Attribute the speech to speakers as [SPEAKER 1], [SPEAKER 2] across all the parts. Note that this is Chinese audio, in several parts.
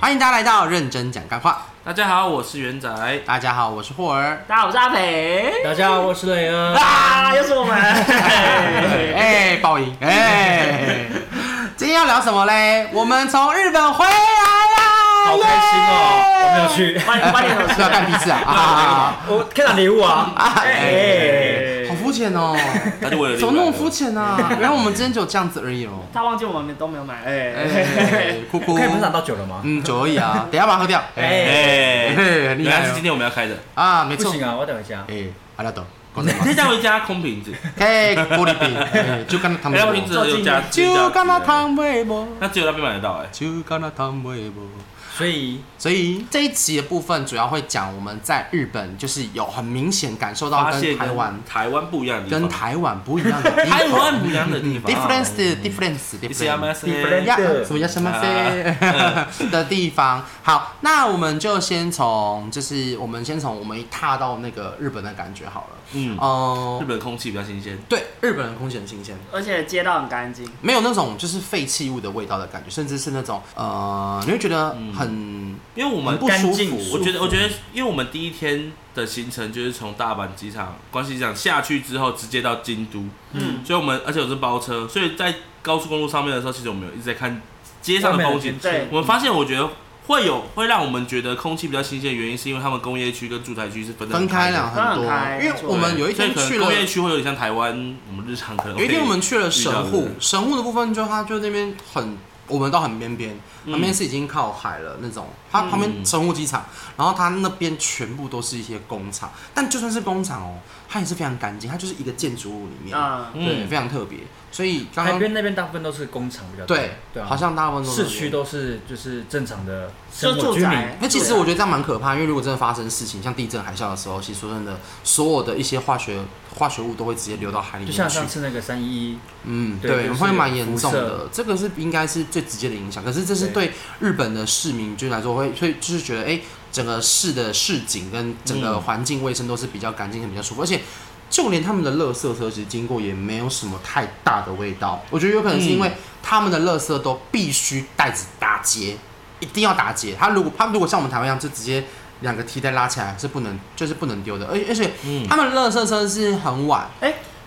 [SPEAKER 1] 欢迎大家来到认真讲干话。
[SPEAKER 2] 大家好，我是元仔。
[SPEAKER 1] 大家好，我是霍 儿。
[SPEAKER 3] 大家好，我是阿培。
[SPEAKER 4] 大家好，我是磊恩。
[SPEAKER 3] 啊，又是我们。
[SPEAKER 1] 哎，报应！哎，今天要聊什么嘞？我们从日本回来啦！
[SPEAKER 4] 好开心哦！我没有去，
[SPEAKER 3] 欢 迎欢迎老
[SPEAKER 1] 是
[SPEAKER 3] 师
[SPEAKER 1] 要干屁事啊！啊啊啊
[SPEAKER 4] 我看到礼物啊！
[SPEAKER 1] 啊！哎，
[SPEAKER 4] 哎
[SPEAKER 1] 好肤浅 哦！
[SPEAKER 2] 那就为了
[SPEAKER 1] 怎么那么肤
[SPEAKER 2] 浅？
[SPEAKER 1] 浅啊？原来我们今天只有这样子而已哦。
[SPEAKER 3] 他忘记我们都没有买。哎，
[SPEAKER 1] 哎，哭哭
[SPEAKER 4] 可以。分享到酒了吗？
[SPEAKER 1] 嗯，酒而已啊，等一下把它喝 掉。哎，
[SPEAKER 2] 哎，
[SPEAKER 1] 嘿很厉
[SPEAKER 2] 原
[SPEAKER 1] 害哦
[SPEAKER 2] 来是今天我们要开的。
[SPEAKER 1] 啊，没
[SPEAKER 4] 不
[SPEAKER 1] 错。
[SPEAKER 4] 行啊，我等一下。
[SPEAKER 1] 哎，阿拉懂。
[SPEAKER 2] 再加一加空瓶子，
[SPEAKER 1] 嘿，玻璃瓶，哎就干那汤
[SPEAKER 2] 哎，空瓶子
[SPEAKER 1] 味，
[SPEAKER 2] 又加，
[SPEAKER 1] 就干那
[SPEAKER 2] 那，
[SPEAKER 1] 汤味不？
[SPEAKER 2] 那只有那边买得到哎。
[SPEAKER 1] 就干那汤味不？
[SPEAKER 4] 所以
[SPEAKER 1] 所以这一集的部分主要会讲我们在日本就是有很明显感受到
[SPEAKER 2] 发现
[SPEAKER 1] 跟台湾
[SPEAKER 2] 台湾不一样的地方，
[SPEAKER 1] 跟台湾不一样的地方
[SPEAKER 2] 台湾不一样的地方。
[SPEAKER 1] difference 的 difference
[SPEAKER 2] 你是亚
[SPEAKER 1] difference
[SPEAKER 2] 麻色，
[SPEAKER 4] difference
[SPEAKER 1] 呀什么叫什么
[SPEAKER 2] 啊 嗯
[SPEAKER 1] 塞的地方？好，那我们就先从就是我们先从我们一踏到那个日本的感觉好了。
[SPEAKER 2] 嗯，日
[SPEAKER 1] 嗯，
[SPEAKER 2] 本空气比较新鲜，
[SPEAKER 1] 对，日本的空气很新鲜，
[SPEAKER 3] 而且街道很干净。
[SPEAKER 1] 没有那种就是废弃物的味道的感觉，甚至是那种呃，你会觉得很
[SPEAKER 2] 因为我
[SPEAKER 1] 很
[SPEAKER 2] 们
[SPEAKER 1] 不舒
[SPEAKER 4] 干净
[SPEAKER 1] 服。
[SPEAKER 2] 我觉得，我觉得，因为我们第一天的行程就是从大阪机场、关西机场下去之后，直接到京都。
[SPEAKER 3] 嗯，
[SPEAKER 2] 所以我们而且我是包车，所以在高速公路上面的时候，其实我们有一直在看街上的风景。
[SPEAKER 3] 对
[SPEAKER 2] 我们发现，我觉得会有会让我们觉得空气比较新鲜，的原因是因为他们工业区跟住宅区是分得
[SPEAKER 1] 分
[SPEAKER 2] 很
[SPEAKER 1] 开
[SPEAKER 2] 开
[SPEAKER 1] 了
[SPEAKER 2] 的。
[SPEAKER 1] 很多
[SPEAKER 3] 分开，
[SPEAKER 1] 因为我们
[SPEAKER 2] 对
[SPEAKER 1] 有一天
[SPEAKER 2] 所以可
[SPEAKER 1] 去
[SPEAKER 2] 能
[SPEAKER 1] 了
[SPEAKER 2] 工。业区，会有点像台湾，我们日常可能
[SPEAKER 1] 有一天我们去了神
[SPEAKER 2] 遇到
[SPEAKER 1] 户
[SPEAKER 2] 的，
[SPEAKER 1] 神户的部分就它就那边很，我们到很边边，旁边是已经靠海了那种，它旁边神户机场，然后它那边全部都是一些工厂，但就算是工厂哦，它也是非常干净，它就是一个建筑物里面，
[SPEAKER 3] 啊，
[SPEAKER 1] 对，
[SPEAKER 2] 嗯
[SPEAKER 1] 非常特别。所以刚
[SPEAKER 4] 海
[SPEAKER 1] 刚
[SPEAKER 4] 边那边大部分都是工厂比较多。
[SPEAKER 1] 对
[SPEAKER 4] 对啊，
[SPEAKER 1] 好像大部分都是
[SPEAKER 4] 市区。都是就是正常的
[SPEAKER 3] 就
[SPEAKER 4] 生活
[SPEAKER 3] 住
[SPEAKER 4] 居民。
[SPEAKER 3] 宅。
[SPEAKER 1] 那其实
[SPEAKER 4] 啊
[SPEAKER 1] 我觉得这样蛮可怕，因为如果真的发生事情，像地震、海啸的时候，其实说真的，所有的一些化学化学物都会直接流到海里
[SPEAKER 4] 就
[SPEAKER 1] 面
[SPEAKER 4] 像
[SPEAKER 1] 去
[SPEAKER 4] 上。次那个三一一，
[SPEAKER 1] 嗯，
[SPEAKER 4] 对
[SPEAKER 1] 对，
[SPEAKER 4] 就是
[SPEAKER 1] 会蛮严重
[SPEAKER 4] 辐
[SPEAKER 1] 的。这个是应该是最直接的影响，可是这是对日本的市民就来说会，所以就是觉得，哎、整个市的市景
[SPEAKER 4] 嗯
[SPEAKER 1] 跟整个环境卫生都是比较干净、比较舒服，而且就连他们的垃圾车其实经过也没有什么太大的味道。我觉得有可能是因
[SPEAKER 4] 嗯
[SPEAKER 1] 为他们的垃圾都必须袋子打结，一定要打结。他如果他们如果像我们台湾一样，就直接两个提袋拉起来是不能，就是不能丢的。而且而且
[SPEAKER 2] 嗯，
[SPEAKER 1] 他们垃圾车是很晚。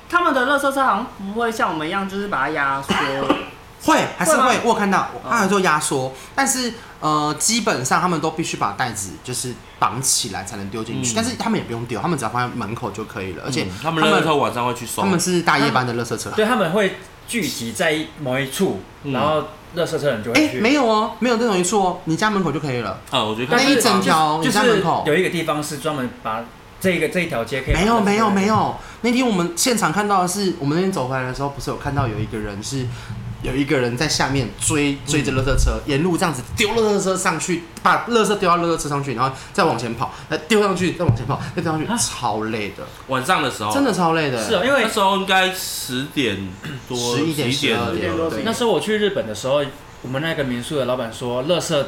[SPEAKER 3] 他们的垃圾车好像不会像我们一样，就是把它压缩。
[SPEAKER 1] 会还是
[SPEAKER 3] 会吗
[SPEAKER 1] 会，我有看到，它还做压缩，但是呃，基本上他们都必须把袋子就是绑起来才能丢进去，
[SPEAKER 2] 嗯
[SPEAKER 1] 但是他们也不用丢，他们只要放在门口就可以了，而且
[SPEAKER 2] 嗯他们那时候晚上会去收
[SPEAKER 1] 他，们是大夜班的垃圾车。
[SPEAKER 4] 对他们会聚集在某一处，
[SPEAKER 2] 嗯
[SPEAKER 4] 然后垃圾车人就会
[SPEAKER 1] 哎，
[SPEAKER 4] 去。
[SPEAKER 1] 没有哦，没有这种一处哦，你家门口就可以了。
[SPEAKER 2] 啊，我觉得
[SPEAKER 1] 那
[SPEAKER 4] 但
[SPEAKER 2] 看
[SPEAKER 4] 是
[SPEAKER 1] 一整条
[SPEAKER 4] 就
[SPEAKER 1] 你家门
[SPEAKER 4] 是
[SPEAKER 1] 口
[SPEAKER 4] 有一个地方是专门把这个这一条街可以
[SPEAKER 1] 没有
[SPEAKER 4] 把垃圾
[SPEAKER 1] 没有
[SPEAKER 4] 车
[SPEAKER 1] 没有，那天我们现场看到的是，我们那天走回来的时候，不是有看到有一个人是。有一个人在下面追追着垃圾车，沿路这样子丢垃圾车上去，把垃圾丢到垃圾车上去，然后再往前跑，再丢上去，再往前跑，再丢上去，超累的，
[SPEAKER 2] 晚上的时候，
[SPEAKER 1] 真的超累的。
[SPEAKER 4] 是哦，因为
[SPEAKER 2] 那时候应该十点多、
[SPEAKER 1] 11点
[SPEAKER 2] 11
[SPEAKER 1] 12
[SPEAKER 2] 点了
[SPEAKER 1] 点
[SPEAKER 3] 多
[SPEAKER 1] 对
[SPEAKER 4] 那时候我去日本的时候，我们那个民宿的老板说，垃圾，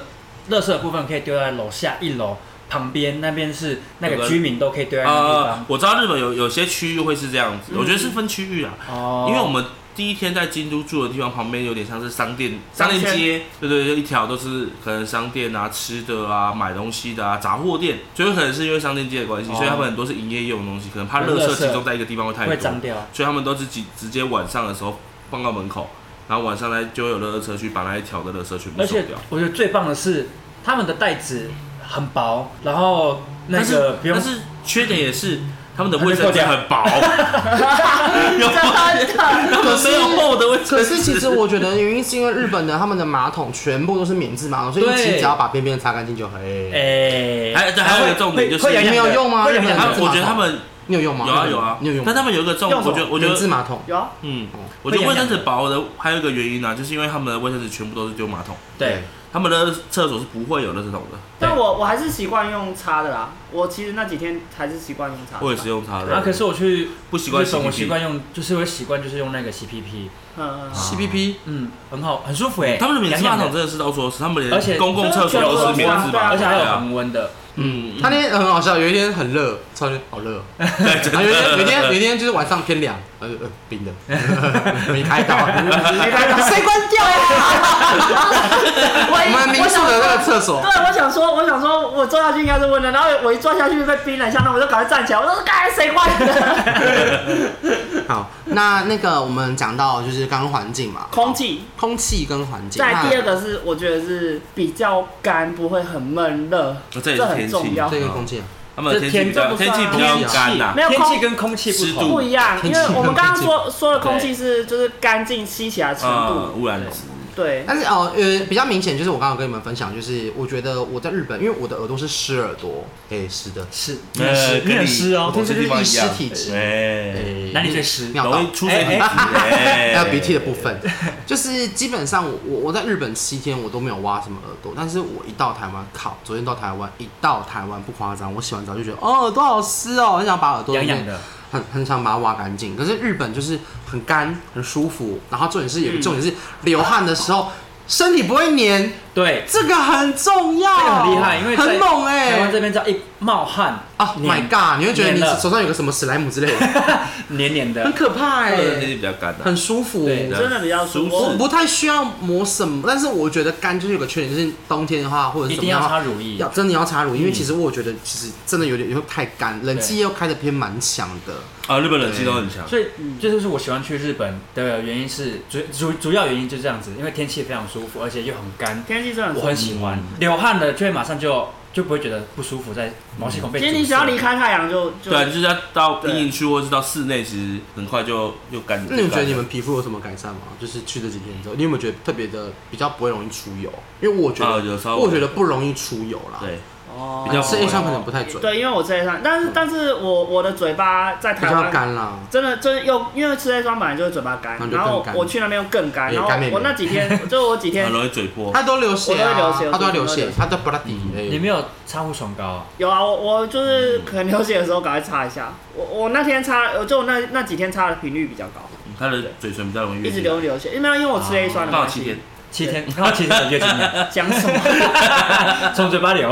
[SPEAKER 4] 垃圾的部分可以丢在楼下一楼旁边，那边是那
[SPEAKER 2] 有
[SPEAKER 4] 个
[SPEAKER 2] 个
[SPEAKER 4] 居民都可以丢在那个地
[SPEAKER 2] 啊
[SPEAKER 4] 方。，
[SPEAKER 2] 我知道日本有有些区域会是这样子，我觉得是分区域啊，
[SPEAKER 4] 哦，
[SPEAKER 2] 因为我们第一天在京都住的地方旁边有点像是商店商
[SPEAKER 3] 商
[SPEAKER 2] 店
[SPEAKER 3] 圈
[SPEAKER 2] 街，对对对，一条都是可能商店啊、吃的啊、买东西的啊、杂货店，所以可能是因为商店街的关系，
[SPEAKER 4] 哦
[SPEAKER 2] 所以他们很多是营业用的东西，可能怕垃
[SPEAKER 4] 有垃
[SPEAKER 2] 圾
[SPEAKER 4] 圾
[SPEAKER 2] 集中在一个地方会太
[SPEAKER 4] 会
[SPEAKER 2] 多
[SPEAKER 4] 脏，掉。
[SPEAKER 2] 所以他们都是直直接晚上的时候放到门口，然后晚上呢就会有垃圾车去把那一条的垃圾全部
[SPEAKER 4] 而
[SPEAKER 2] 收
[SPEAKER 4] 且
[SPEAKER 2] 掉。
[SPEAKER 4] 我觉得最棒的是，他们的袋子很薄，然后那
[SPEAKER 2] 但是
[SPEAKER 4] 个不用
[SPEAKER 2] 但是缺点也是他们的卫生纸很薄， 有
[SPEAKER 3] 真的，
[SPEAKER 2] 他们没有厚的卫生纸。
[SPEAKER 1] 可是其实我觉得原因是因为日本的他们的马桶全部都是免治马桶，所以你
[SPEAKER 4] 对
[SPEAKER 1] 其实只要把边边擦干净就可以。
[SPEAKER 4] 哎，
[SPEAKER 2] 还还有一个重点就是
[SPEAKER 4] 会会痒痒
[SPEAKER 1] 你
[SPEAKER 4] 的
[SPEAKER 1] 有用吗
[SPEAKER 4] 会痒
[SPEAKER 1] 日本
[SPEAKER 2] 他们
[SPEAKER 4] 痒的
[SPEAKER 2] 我觉得他们
[SPEAKER 1] 你有用吗？
[SPEAKER 2] 有啊有啊
[SPEAKER 1] 你有，用吗？
[SPEAKER 2] 但他们有一个重，
[SPEAKER 3] 用什
[SPEAKER 2] 我
[SPEAKER 3] 么
[SPEAKER 2] 觉得我觉
[SPEAKER 1] 免治
[SPEAKER 2] 得
[SPEAKER 1] 马桶
[SPEAKER 3] 有啊
[SPEAKER 2] 嗯，我觉得卫生纸薄的还有一个原因呢，就是因为他们的卫生纸全部都是丢马桶，
[SPEAKER 4] 对，啊
[SPEAKER 2] 他们的厕所是不会有垃圾桶的。
[SPEAKER 3] 但我我还是习惯用擦的啦。我其实那几天还是习惯用擦的。
[SPEAKER 2] 我也是用它的，
[SPEAKER 4] 啊然后可是我去
[SPEAKER 2] 不习惯
[SPEAKER 4] 日
[SPEAKER 2] 洗
[SPEAKER 4] 本，我
[SPEAKER 2] 屁
[SPEAKER 4] 习
[SPEAKER 2] 屁。
[SPEAKER 4] 惯用，就是会习惯就是用那个 CPP，
[SPEAKER 3] 嗯。嗯，嗯
[SPEAKER 1] CPP
[SPEAKER 4] 嗯，很好，很舒服哎。
[SPEAKER 2] 啊他们的免治马
[SPEAKER 4] 痒痒
[SPEAKER 2] 桶真的是到处都是，他们
[SPEAKER 4] 而且
[SPEAKER 2] 连公共厕所都是免治
[SPEAKER 3] 对
[SPEAKER 2] 马
[SPEAKER 3] 啊
[SPEAKER 4] 而
[SPEAKER 2] 桶
[SPEAKER 4] 且
[SPEAKER 2] 的
[SPEAKER 4] 还有
[SPEAKER 2] 啊，
[SPEAKER 4] 恒温的，
[SPEAKER 2] 嗯，
[SPEAKER 1] 他那天很好笑，有一天很热，超天好 热哦，然后有一天有一天有一天就是晚上偏凉，呃呃冰的， 没开到，
[SPEAKER 3] 没开
[SPEAKER 2] 啊
[SPEAKER 3] 到
[SPEAKER 1] 谁关掉呀？我
[SPEAKER 3] 我
[SPEAKER 1] 们民宿的那个厕所，
[SPEAKER 3] 对，我想说，我想说，我坐下去应该是温的，然后我一坐下去被冰冷下，那我就赶快站起来，我说刚才谁关的？
[SPEAKER 1] 好，那那个我们讲到就是刚刚环境嘛，
[SPEAKER 3] 空气。
[SPEAKER 1] 空气跟环境，
[SPEAKER 3] 在
[SPEAKER 1] 那
[SPEAKER 3] 第二个是，我觉得是比较干，不会很闷热，
[SPEAKER 2] 哦这也是
[SPEAKER 3] 这很
[SPEAKER 2] 天
[SPEAKER 3] 重
[SPEAKER 2] 气
[SPEAKER 3] 要
[SPEAKER 1] 这。个空气啊，
[SPEAKER 2] 他们的天气比较
[SPEAKER 3] 这天
[SPEAKER 2] 天气比较干呐、
[SPEAKER 3] 没有
[SPEAKER 4] 啊天
[SPEAKER 3] 空
[SPEAKER 4] 气跟空气不
[SPEAKER 2] 湿
[SPEAKER 4] 同
[SPEAKER 2] 度，
[SPEAKER 3] 不一样，因
[SPEAKER 1] 天气
[SPEAKER 3] 为我们刚 刚说说的
[SPEAKER 4] 对
[SPEAKER 3] 空气是就是干净吸起来的程
[SPEAKER 2] 呃，
[SPEAKER 3] 度，
[SPEAKER 2] 污染
[SPEAKER 3] 对，
[SPEAKER 1] 但是哦呃比较明显就是我刚刚有跟你们分享，就是我觉得我在日本，因为我的耳朵是湿耳朵，哎是的，
[SPEAKER 4] 是
[SPEAKER 2] 呃
[SPEAKER 4] 很湿，你
[SPEAKER 2] 跟
[SPEAKER 4] 很
[SPEAKER 2] 你
[SPEAKER 4] 湿
[SPEAKER 1] 我
[SPEAKER 4] 哦，
[SPEAKER 1] 听说就是
[SPEAKER 2] 地方
[SPEAKER 1] 易
[SPEAKER 2] 一
[SPEAKER 1] 湿
[SPEAKER 2] 样
[SPEAKER 1] 体质，
[SPEAKER 2] 哎，
[SPEAKER 1] 哎
[SPEAKER 4] 哪里最湿
[SPEAKER 1] 尿道
[SPEAKER 2] 容易。出水体质，
[SPEAKER 1] 还
[SPEAKER 2] 还
[SPEAKER 1] 有鼻涕的部分， 就是基本上我我在日本七天我都没有挖什么耳朵，但是我一到台湾，靠，昨天到台湾，一到台湾不夸张，我洗完澡就觉得哦耳朵好湿哦，很想把耳朵
[SPEAKER 4] 痒痒的，
[SPEAKER 1] 很很想把它挖干净。可是日本就是很干很舒服，然后重点是有个
[SPEAKER 3] 嗯
[SPEAKER 1] 重点是流汗的时候身体不会黏，
[SPEAKER 4] 对，
[SPEAKER 1] 这个很重要，
[SPEAKER 4] 这个很厉害因为在
[SPEAKER 1] 哦很猛
[SPEAKER 4] 台
[SPEAKER 1] 哎、
[SPEAKER 4] 湾这边叫一冒汗
[SPEAKER 1] 啊、m y
[SPEAKER 4] 黏
[SPEAKER 1] God！你会觉得你
[SPEAKER 4] 黏了
[SPEAKER 1] 手上有个什么史莱姆之类 的，
[SPEAKER 4] 黏黏的
[SPEAKER 1] 很，可怕哎、
[SPEAKER 2] 天气比较干的、
[SPEAKER 1] 很舒服。
[SPEAKER 4] 对
[SPEAKER 3] 真的比较
[SPEAKER 2] 舒
[SPEAKER 3] 舒服
[SPEAKER 2] 适。
[SPEAKER 1] 不太需要抹什么，但是我觉得干就是有个缺点，就是冬天的话或者是
[SPEAKER 4] 一
[SPEAKER 1] 怎么
[SPEAKER 4] 定要
[SPEAKER 1] 样的话，
[SPEAKER 4] 擦乳嗯液
[SPEAKER 1] 要。真的要擦乳，因为其实我觉得其实真的有点有点太干，冷气又开的偏蛮强的。
[SPEAKER 2] 啊，日本冷气都很强，
[SPEAKER 4] 所以这就是我喜欢去日本的原因是主主主要原因就是这样子，因为天气非常舒服，而且又很干，
[SPEAKER 3] 天气真的很
[SPEAKER 4] 我
[SPEAKER 3] 舒服
[SPEAKER 4] 很喜
[SPEAKER 1] 嗯
[SPEAKER 4] 欢。流汗了就会马上就就不会觉得不舒服，在毛
[SPEAKER 1] 嗯
[SPEAKER 4] 细孔被
[SPEAKER 3] 其
[SPEAKER 4] 堵塞。
[SPEAKER 3] 实你只要离开太阳就就
[SPEAKER 2] 对啊，就是要到阴影区或是到室内，其实很快就又干。
[SPEAKER 1] 那你们觉得你们皮肤有什么改善吗？就是去这几天之后，你有没有觉得特别的比较不会容易出油？因为我觉
[SPEAKER 2] 啊，
[SPEAKER 1] 得、
[SPEAKER 2] 有时候
[SPEAKER 1] 我觉得不容易出油啦。
[SPEAKER 2] 对，
[SPEAKER 3] 哦
[SPEAKER 2] 比较
[SPEAKER 1] 吃 A 酸可能不太准，
[SPEAKER 3] 对，因为我吃 A 酸，但是但是我我的嘴巴在
[SPEAKER 1] 嗯比
[SPEAKER 3] 台
[SPEAKER 1] 较
[SPEAKER 3] 湾
[SPEAKER 1] 干啦。
[SPEAKER 3] 真的真的又因为吃 A 酸本来就是嘴巴干
[SPEAKER 1] 那，就
[SPEAKER 3] 然
[SPEAKER 1] 更
[SPEAKER 3] 后
[SPEAKER 1] 干
[SPEAKER 3] 我去那边又更干，
[SPEAKER 1] 也
[SPEAKER 3] 然后
[SPEAKER 1] 干妹妹
[SPEAKER 3] 我那几天 就我几天
[SPEAKER 2] 很容易嘴破。
[SPEAKER 1] 他都流血
[SPEAKER 3] 我都会
[SPEAKER 1] 啊
[SPEAKER 3] 流，血
[SPEAKER 1] 他都要流
[SPEAKER 3] 我都会
[SPEAKER 1] 血
[SPEAKER 3] 流，血
[SPEAKER 1] 他都不拉底。
[SPEAKER 4] 你没有擦护唇膏啊，
[SPEAKER 3] 有啊，我我就是
[SPEAKER 1] 嗯
[SPEAKER 3] 可能流血的时候赶快擦一下，我我那天擦，我就我那那几天擦的频率比较高，
[SPEAKER 2] 他的嘴唇比较容易
[SPEAKER 1] 嗯
[SPEAKER 3] 一
[SPEAKER 2] 越
[SPEAKER 3] 直流流血，因为因为我
[SPEAKER 1] 哦
[SPEAKER 3] 吃 A 酸的
[SPEAKER 2] 到
[SPEAKER 3] 关
[SPEAKER 2] 七天
[SPEAKER 3] 系，，
[SPEAKER 4] 七天，然后七天的月经了，
[SPEAKER 3] 讲什么？
[SPEAKER 4] 从嘴 巴流。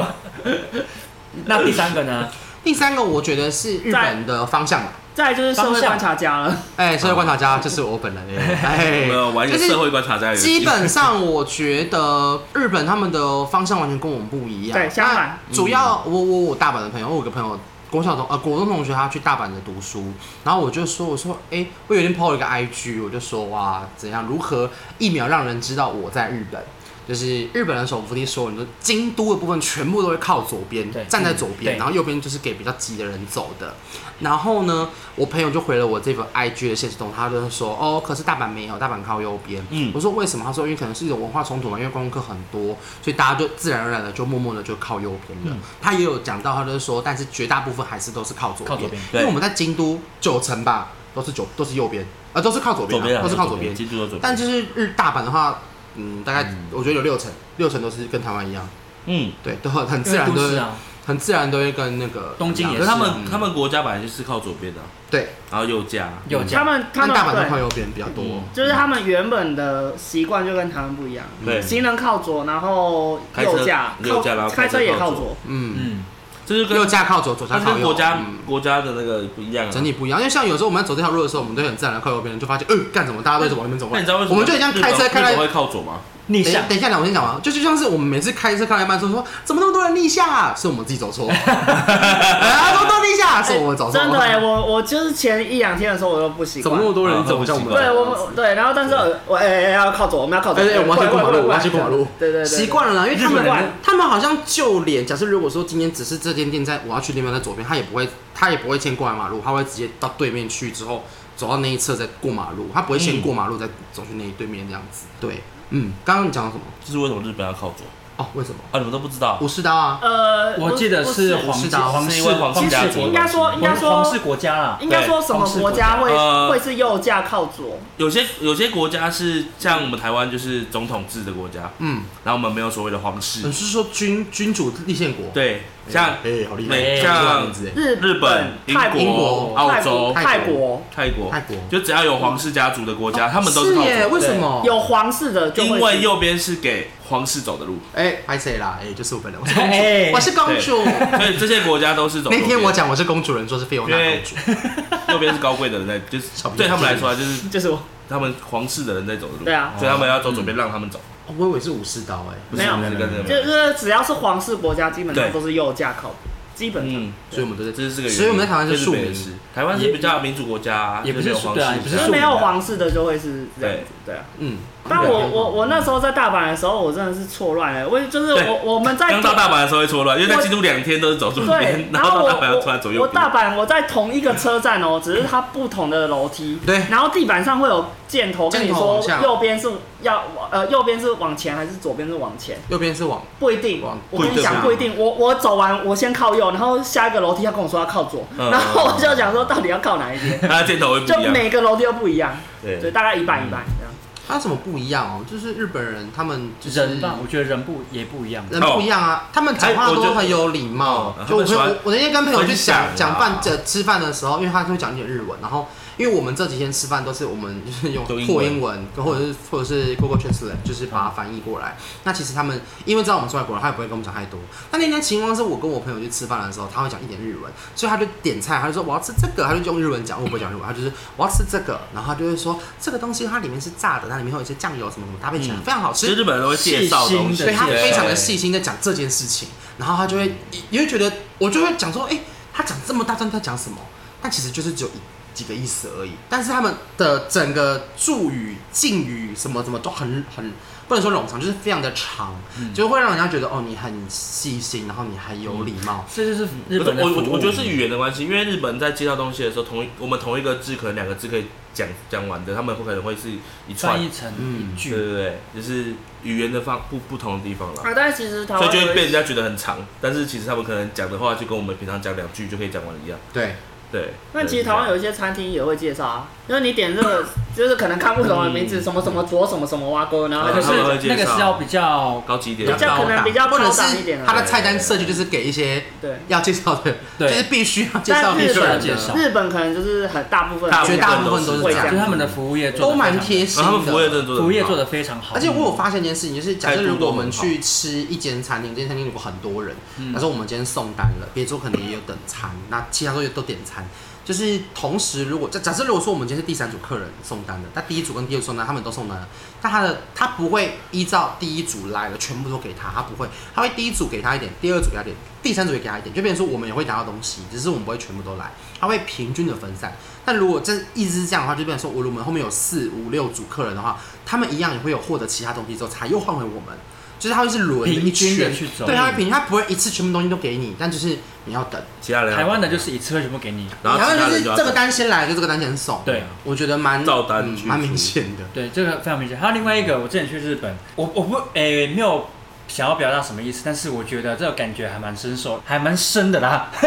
[SPEAKER 4] 那第三个呢？
[SPEAKER 1] 第三个我觉得是日本的方向吧，
[SPEAKER 3] 再来就是社
[SPEAKER 4] 方
[SPEAKER 3] 会
[SPEAKER 4] 向
[SPEAKER 3] 观察家了，
[SPEAKER 1] 哎，社会观察家就是我本人哎，
[SPEAKER 2] 我们有玩一个
[SPEAKER 1] 就是
[SPEAKER 2] 社会观察家游戏
[SPEAKER 1] 基本上，我觉得日本他们的方向完全跟我们不一样。
[SPEAKER 3] 对相反
[SPEAKER 1] 那主要我我我大阪的朋友，我有个朋友。国小同呃国中同学他去大阪的读书，然后我就说我说哎、我有一天 PO 了一个 IG，我就说哇怎样如何一秒让人知道我在日本，就是日本的手扶梯所有人都京都的部分全部都会靠左边
[SPEAKER 4] 对，
[SPEAKER 1] 站在左边，
[SPEAKER 4] 嗯对
[SPEAKER 1] 然后右边就是给比较急的人走的。然后呢，我朋友就回了我这个 IG 的现实动态，他就说哦，可是大阪没有，大阪靠右边。
[SPEAKER 2] 嗯
[SPEAKER 1] 我说为什么？他说因为可能是一种文化冲突嘛，因为观光客很多，所以大家就自然而然的就默默的就靠右边了。他也有讲到，他就是说，但是绝大部分还是都是靠左
[SPEAKER 4] 靠左
[SPEAKER 1] 边因
[SPEAKER 4] 边，
[SPEAKER 2] 对
[SPEAKER 1] 为我们在京都九成吧都是九都是右边，呃都是靠左边
[SPEAKER 2] 左
[SPEAKER 1] 啊、
[SPEAKER 2] 边啊
[SPEAKER 1] 都是靠左边。
[SPEAKER 2] 记住了左边。
[SPEAKER 1] 但就是日大阪的话，嗯，大概
[SPEAKER 2] 嗯
[SPEAKER 1] 我觉得有六成，六成都是跟台湾一样，
[SPEAKER 2] 嗯，
[SPEAKER 1] 对，都很很
[SPEAKER 4] 因
[SPEAKER 1] 自
[SPEAKER 4] 为
[SPEAKER 1] 然
[SPEAKER 4] 都
[SPEAKER 1] 都
[SPEAKER 4] 市
[SPEAKER 1] 会
[SPEAKER 4] 啊，
[SPEAKER 1] 很自然都会跟那个
[SPEAKER 4] 东京
[SPEAKER 1] 一
[SPEAKER 4] 也
[SPEAKER 1] 样
[SPEAKER 2] 可是他们
[SPEAKER 1] 嗯
[SPEAKER 2] 他们国家本来就是靠左边的啊，
[SPEAKER 1] 对，
[SPEAKER 2] 然后右啊架，
[SPEAKER 1] 嗯
[SPEAKER 4] 有
[SPEAKER 3] 他
[SPEAKER 4] 加
[SPEAKER 3] 们
[SPEAKER 1] 但
[SPEAKER 3] 他们
[SPEAKER 1] 大阪都靠
[SPEAKER 3] 对，
[SPEAKER 1] 右边比较多。
[SPEAKER 2] 嗯
[SPEAKER 3] 就是他们原本的习惯就跟台湾不一样，
[SPEAKER 1] 嗯
[SPEAKER 2] 对，
[SPEAKER 3] 行人靠左，然后
[SPEAKER 2] 开车
[SPEAKER 3] 右驾
[SPEAKER 2] 右驾然
[SPEAKER 3] 靠
[SPEAKER 2] 后
[SPEAKER 3] 开车也
[SPEAKER 2] 开车靠
[SPEAKER 3] 靠
[SPEAKER 2] 左
[SPEAKER 3] 左，
[SPEAKER 1] 嗯，
[SPEAKER 4] 嗯，
[SPEAKER 2] 这就
[SPEAKER 1] 右
[SPEAKER 2] 跟
[SPEAKER 1] 架靠左，左架
[SPEAKER 2] 它
[SPEAKER 1] 靠
[SPEAKER 2] 跟
[SPEAKER 1] 右。
[SPEAKER 2] 国家
[SPEAKER 1] 嗯
[SPEAKER 2] 国家的那个不一样啊。
[SPEAKER 1] 整体不一样，因为像有时候我们在走这条路的时候，我们都会很自然的靠右边，就发现，呃，干什么？大家都一直往那边走过
[SPEAKER 2] 那
[SPEAKER 1] 来。
[SPEAKER 2] 你知道为什么
[SPEAKER 1] 我们就很像开车开到
[SPEAKER 2] 日本会靠左吗？
[SPEAKER 4] 逆
[SPEAKER 1] 等一
[SPEAKER 4] 向
[SPEAKER 1] 下，等一下，等我先讲完。啊就就像是我们每次开车开到一半，说说怎么那么多人立下、啊，是我们自己走 错。啊，怎么都立下，是我们走错。
[SPEAKER 3] 真的哎，我我就是前一两天的时候我都不习
[SPEAKER 1] 哦怎么
[SPEAKER 3] 惯
[SPEAKER 1] 那。么多
[SPEAKER 2] 啊
[SPEAKER 1] 人走向我们？
[SPEAKER 3] 对，我们对，然后但是我哎哎要靠左，我们要靠左，
[SPEAKER 1] 哎哎我们要去过马路
[SPEAKER 3] 对
[SPEAKER 1] 我们要去过马路
[SPEAKER 3] 对对对，对
[SPEAKER 1] 习。惯了啦，因为他们
[SPEAKER 3] 日本人
[SPEAKER 1] 他们好像就连假设如果说今天只是这间店在我要去的地方在左边，他也不会他也不会先过来马路，他会直接到对面去之后走到那一侧再过马路，他不会先过马路再走去那一对面这样子。对，嗯，刚刚你讲了什么？
[SPEAKER 2] 这是为什么日本要靠左啊？
[SPEAKER 1] 哦，为什么？
[SPEAKER 2] 你们都不知道？
[SPEAKER 1] 武士刀啊，
[SPEAKER 3] 呃，
[SPEAKER 4] 我
[SPEAKER 3] 不
[SPEAKER 4] 记得
[SPEAKER 3] 不
[SPEAKER 4] 是
[SPEAKER 1] 不
[SPEAKER 4] 皇
[SPEAKER 1] 是
[SPEAKER 4] 室
[SPEAKER 1] 的
[SPEAKER 4] 皇
[SPEAKER 2] 是
[SPEAKER 4] 室
[SPEAKER 2] 因为皇
[SPEAKER 4] 皇
[SPEAKER 2] 家
[SPEAKER 4] 室
[SPEAKER 2] 族
[SPEAKER 4] 国
[SPEAKER 3] 应该说应该
[SPEAKER 4] 皇皇室
[SPEAKER 3] 说
[SPEAKER 4] 国家啦，
[SPEAKER 3] 应该说什么国家会
[SPEAKER 2] 对呃
[SPEAKER 3] 会是右驾靠左？
[SPEAKER 2] 有些有些国家是像我们台湾就是总统制的国家，
[SPEAKER 1] 嗯，
[SPEAKER 2] 然后我们没有所谓的皇室
[SPEAKER 1] 你，是说君君主立宪国？
[SPEAKER 2] 对，像
[SPEAKER 5] 哎，好厉害，
[SPEAKER 2] 美
[SPEAKER 4] 哎
[SPEAKER 1] 这个
[SPEAKER 2] 像
[SPEAKER 1] 名字哎
[SPEAKER 3] 日
[SPEAKER 2] 日本、英
[SPEAKER 3] 嗯泰国、
[SPEAKER 2] 国、澳
[SPEAKER 3] 泰
[SPEAKER 2] 洲
[SPEAKER 3] 国、、泰国
[SPEAKER 2] 泰国，
[SPEAKER 5] 泰国
[SPEAKER 2] 就只要有皇室家族的国家，他们都是靠
[SPEAKER 1] 耶，
[SPEAKER 2] 左。
[SPEAKER 1] 为什么？
[SPEAKER 3] 有皇室的就会去，
[SPEAKER 2] 因为右边是给皇室走的路，
[SPEAKER 5] 哎，拍谁啦？哎，就是我本人，我是公主，
[SPEAKER 4] 哎
[SPEAKER 1] 我是公主。
[SPEAKER 2] 所以这些国家都是走右
[SPEAKER 5] 那
[SPEAKER 2] 边。
[SPEAKER 5] 天我讲我是公主人，说是菲欧娜公主，
[SPEAKER 2] 右边是高贵的人在，就是
[SPEAKER 5] 差不多
[SPEAKER 2] 对他们来说啊，就是
[SPEAKER 3] 就是我
[SPEAKER 2] 他们皇室的人在走的路。
[SPEAKER 3] 对啊
[SPEAKER 2] 所以他们要走左边，让他们走。
[SPEAKER 5] 哦我以为是武士刀哎，
[SPEAKER 2] 不是
[SPEAKER 3] 没有
[SPEAKER 2] 不是跟着
[SPEAKER 5] 对
[SPEAKER 3] 就是只要是皇室国家，基本上
[SPEAKER 2] 对
[SPEAKER 3] 都是右架靠，基本上。
[SPEAKER 2] 嗯，
[SPEAKER 5] 所以我们都在
[SPEAKER 2] 这是这个原因。
[SPEAKER 5] 所以我们在台湾是
[SPEAKER 2] 这
[SPEAKER 5] 庶民
[SPEAKER 2] 北市台湾是比较民主国家啊，
[SPEAKER 4] 也不是
[SPEAKER 2] 就没有皇
[SPEAKER 4] 对啊
[SPEAKER 2] 室，
[SPEAKER 4] 也不
[SPEAKER 3] 就是是没有皇室的就会是这样子，对啊。
[SPEAKER 1] 嗯，
[SPEAKER 3] 但我我我那时候在大阪的时候，我真的是错乱了。我就是
[SPEAKER 2] 对
[SPEAKER 3] 我我们在
[SPEAKER 2] 刚到大阪的时候会错乱，因为在京都两天都是走左
[SPEAKER 3] 对
[SPEAKER 2] 边，，
[SPEAKER 3] 然
[SPEAKER 2] 后
[SPEAKER 3] 后
[SPEAKER 2] 到
[SPEAKER 3] 我
[SPEAKER 2] 大阪要突然走
[SPEAKER 3] 我
[SPEAKER 2] 右
[SPEAKER 3] 我
[SPEAKER 2] 边。
[SPEAKER 3] 大阪我在同一个车站哦，只是它不同的楼梯，
[SPEAKER 1] 对
[SPEAKER 3] 然后地板上会有箭头跟你
[SPEAKER 1] 箭头
[SPEAKER 3] 说
[SPEAKER 1] 往下
[SPEAKER 3] 右边是要往呃右边是往前还是左边是往前，
[SPEAKER 1] 右边是往
[SPEAKER 3] 不一定
[SPEAKER 1] 往。
[SPEAKER 3] 我跟
[SPEAKER 2] 不
[SPEAKER 3] 你
[SPEAKER 2] 一定啊
[SPEAKER 3] 讲不一定，我我走完我先靠右，然后下一个楼梯他跟我说要靠左，
[SPEAKER 2] 嗯
[SPEAKER 3] 然后我就想说到底要靠哪一边，
[SPEAKER 2] 他的箭头会不
[SPEAKER 3] 就
[SPEAKER 2] 一样。
[SPEAKER 3] 每个楼梯都不一样，对，
[SPEAKER 2] 对，嗯
[SPEAKER 3] 大概一半一半这样。
[SPEAKER 1] 它有什么不一样哦？就是日本人他们就是
[SPEAKER 4] 人吧，我觉得人不也不一样。
[SPEAKER 1] 人不一样啊，他们讲话都很有礼貌
[SPEAKER 2] 哎我。
[SPEAKER 1] 就
[SPEAKER 2] 觉
[SPEAKER 1] 我
[SPEAKER 2] 得
[SPEAKER 1] 我我那天跟朋友去
[SPEAKER 2] 分享啊
[SPEAKER 1] 讲讲饭这吃饭的时候，因为他会讲一点日文，然后因为我们这几天吃饭都是我们就是用
[SPEAKER 2] 都英文嗯
[SPEAKER 1] 破英文，或者是或者是 Google Translate，就是把它翻译过来。那其实他们因为知道我们是外国人，他也不会跟我们讲太多。那那天情况是我跟我朋友去吃饭的时候，他会讲一点日文，所以他就点菜，他就说我要吃这个，他就用日文讲，我不会讲日文，他就是我要吃这个，然后他就会说这个东西它里面是炸的，它里面会有一些酱油什么什么搭配起来，
[SPEAKER 2] 嗯
[SPEAKER 1] 非常好
[SPEAKER 2] 其
[SPEAKER 1] 吃
[SPEAKER 2] 实。日本人都会介绍东西，
[SPEAKER 1] 所以他非常的
[SPEAKER 2] 对
[SPEAKER 1] 细心在讲这件事情，然后他就会，你会觉得我就会讲说，哎、他讲这么大段他讲什么？但其实就是只有一几个意思而已。但是他们的整个助语、敬语什么什么都很很不能说冗长，就是非常的长，就会让人家觉得哦，你很细心，然后你很有礼貌。
[SPEAKER 4] 这就是日
[SPEAKER 2] 不是
[SPEAKER 4] 本的
[SPEAKER 2] 我
[SPEAKER 4] 服务
[SPEAKER 2] 我我觉得是语言的关系，因为日本在介绍东西的时候，同一我们同一个字可能两个字可以讲讲完的，他们会可能会是一串
[SPEAKER 4] 翻，译成
[SPEAKER 1] 嗯
[SPEAKER 4] 一
[SPEAKER 2] 对
[SPEAKER 4] 句，
[SPEAKER 2] 对对，就是语言的方不不同的地方啦，
[SPEAKER 3] 啊，但是其实台
[SPEAKER 2] 所以
[SPEAKER 3] 湾
[SPEAKER 2] 就
[SPEAKER 3] 有
[SPEAKER 2] 会
[SPEAKER 3] 一
[SPEAKER 2] 被人家觉得很长，但是其实他们可能讲的话就跟我们平常讲两句就可以讲完一样，
[SPEAKER 1] 对，
[SPEAKER 2] 嗯对。
[SPEAKER 3] 那其实台湾有一些餐厅也会介绍啊，因为你点这个，就是可能看不懂的名字，
[SPEAKER 2] 嗯
[SPEAKER 3] 什么什么左什么什么挖沟，然后
[SPEAKER 2] 啊
[SPEAKER 3] 它就
[SPEAKER 4] 可
[SPEAKER 3] 是
[SPEAKER 2] 他们会
[SPEAKER 4] 是
[SPEAKER 2] 介绍
[SPEAKER 4] 那个是要比较
[SPEAKER 2] 高级一点
[SPEAKER 3] 比，较可能比较
[SPEAKER 1] 或
[SPEAKER 3] 高
[SPEAKER 1] 者
[SPEAKER 3] 档一
[SPEAKER 1] 是
[SPEAKER 3] 点的
[SPEAKER 1] 他的菜单设计就是给一些
[SPEAKER 3] 对。
[SPEAKER 1] 要介绍的，就
[SPEAKER 4] 对
[SPEAKER 1] 是必须要介绍
[SPEAKER 3] 但
[SPEAKER 1] 的
[SPEAKER 3] 日本
[SPEAKER 1] 人
[SPEAKER 4] 介
[SPEAKER 1] 的
[SPEAKER 4] 绍，
[SPEAKER 3] 日本可能就是很大部分
[SPEAKER 2] 大
[SPEAKER 1] 绝大部分都是这
[SPEAKER 3] 会这
[SPEAKER 1] 样，
[SPEAKER 4] 就是
[SPEAKER 3] 样
[SPEAKER 4] 他们的服务业做
[SPEAKER 1] 都
[SPEAKER 4] 得
[SPEAKER 1] 蛮
[SPEAKER 4] 非常
[SPEAKER 1] 贴
[SPEAKER 2] 然
[SPEAKER 1] 心
[SPEAKER 2] 后他们服务业真的做
[SPEAKER 4] 好，
[SPEAKER 2] 得很好
[SPEAKER 4] 服务业做的非常好。
[SPEAKER 1] 而且我有发现一件事情，就是假
[SPEAKER 2] 态
[SPEAKER 1] 设
[SPEAKER 2] 度
[SPEAKER 1] 如果我
[SPEAKER 2] 都
[SPEAKER 1] 们
[SPEAKER 2] 很好嗯
[SPEAKER 1] 去吃一间餐厅，这间餐厅如果很多人，假设我们今天送单了，别桌可能也有等餐，那其他桌也都点餐。就是同时，如果假假设如果说我们今天是第三组客人送单的，那第一组跟第二组送单他们都送单了，但他的他不会依照第一组来了全部都给他，他不会，他会第一组给他一点，第二组给他一点，第三组也给他一点，就变成说我们也会拿到东西，只是我们不会全部都来，他会平均的分散。但如果这一直是这样的话，就变成说我如果我们后面有四五六组客人的话，他们一样也会有获得其他东西之后才又换回我们，就是他会是轮着一
[SPEAKER 4] 平均
[SPEAKER 1] 圈
[SPEAKER 4] 的去走
[SPEAKER 1] 对，他会平均，他不会一次全部东西都给你，但就是你要等。
[SPEAKER 2] 其他人
[SPEAKER 4] 嗯台湾的就是一次会全部给你，
[SPEAKER 2] 然后
[SPEAKER 1] 台
[SPEAKER 2] 其他
[SPEAKER 1] 湾就
[SPEAKER 2] 人
[SPEAKER 1] 是
[SPEAKER 2] 就要
[SPEAKER 1] 这个单先来，就这个单先送。
[SPEAKER 4] 对，
[SPEAKER 1] 我觉得蛮
[SPEAKER 2] 照单
[SPEAKER 1] 嗯
[SPEAKER 2] 去
[SPEAKER 1] 蛮
[SPEAKER 2] 付
[SPEAKER 1] 明显的。
[SPEAKER 4] 对，这个非常明显。还有另外一个，我之前去日本，我我不诶、没有想要表达什么意思，但是我觉得这个感觉还蛮深受，还蛮深的啦，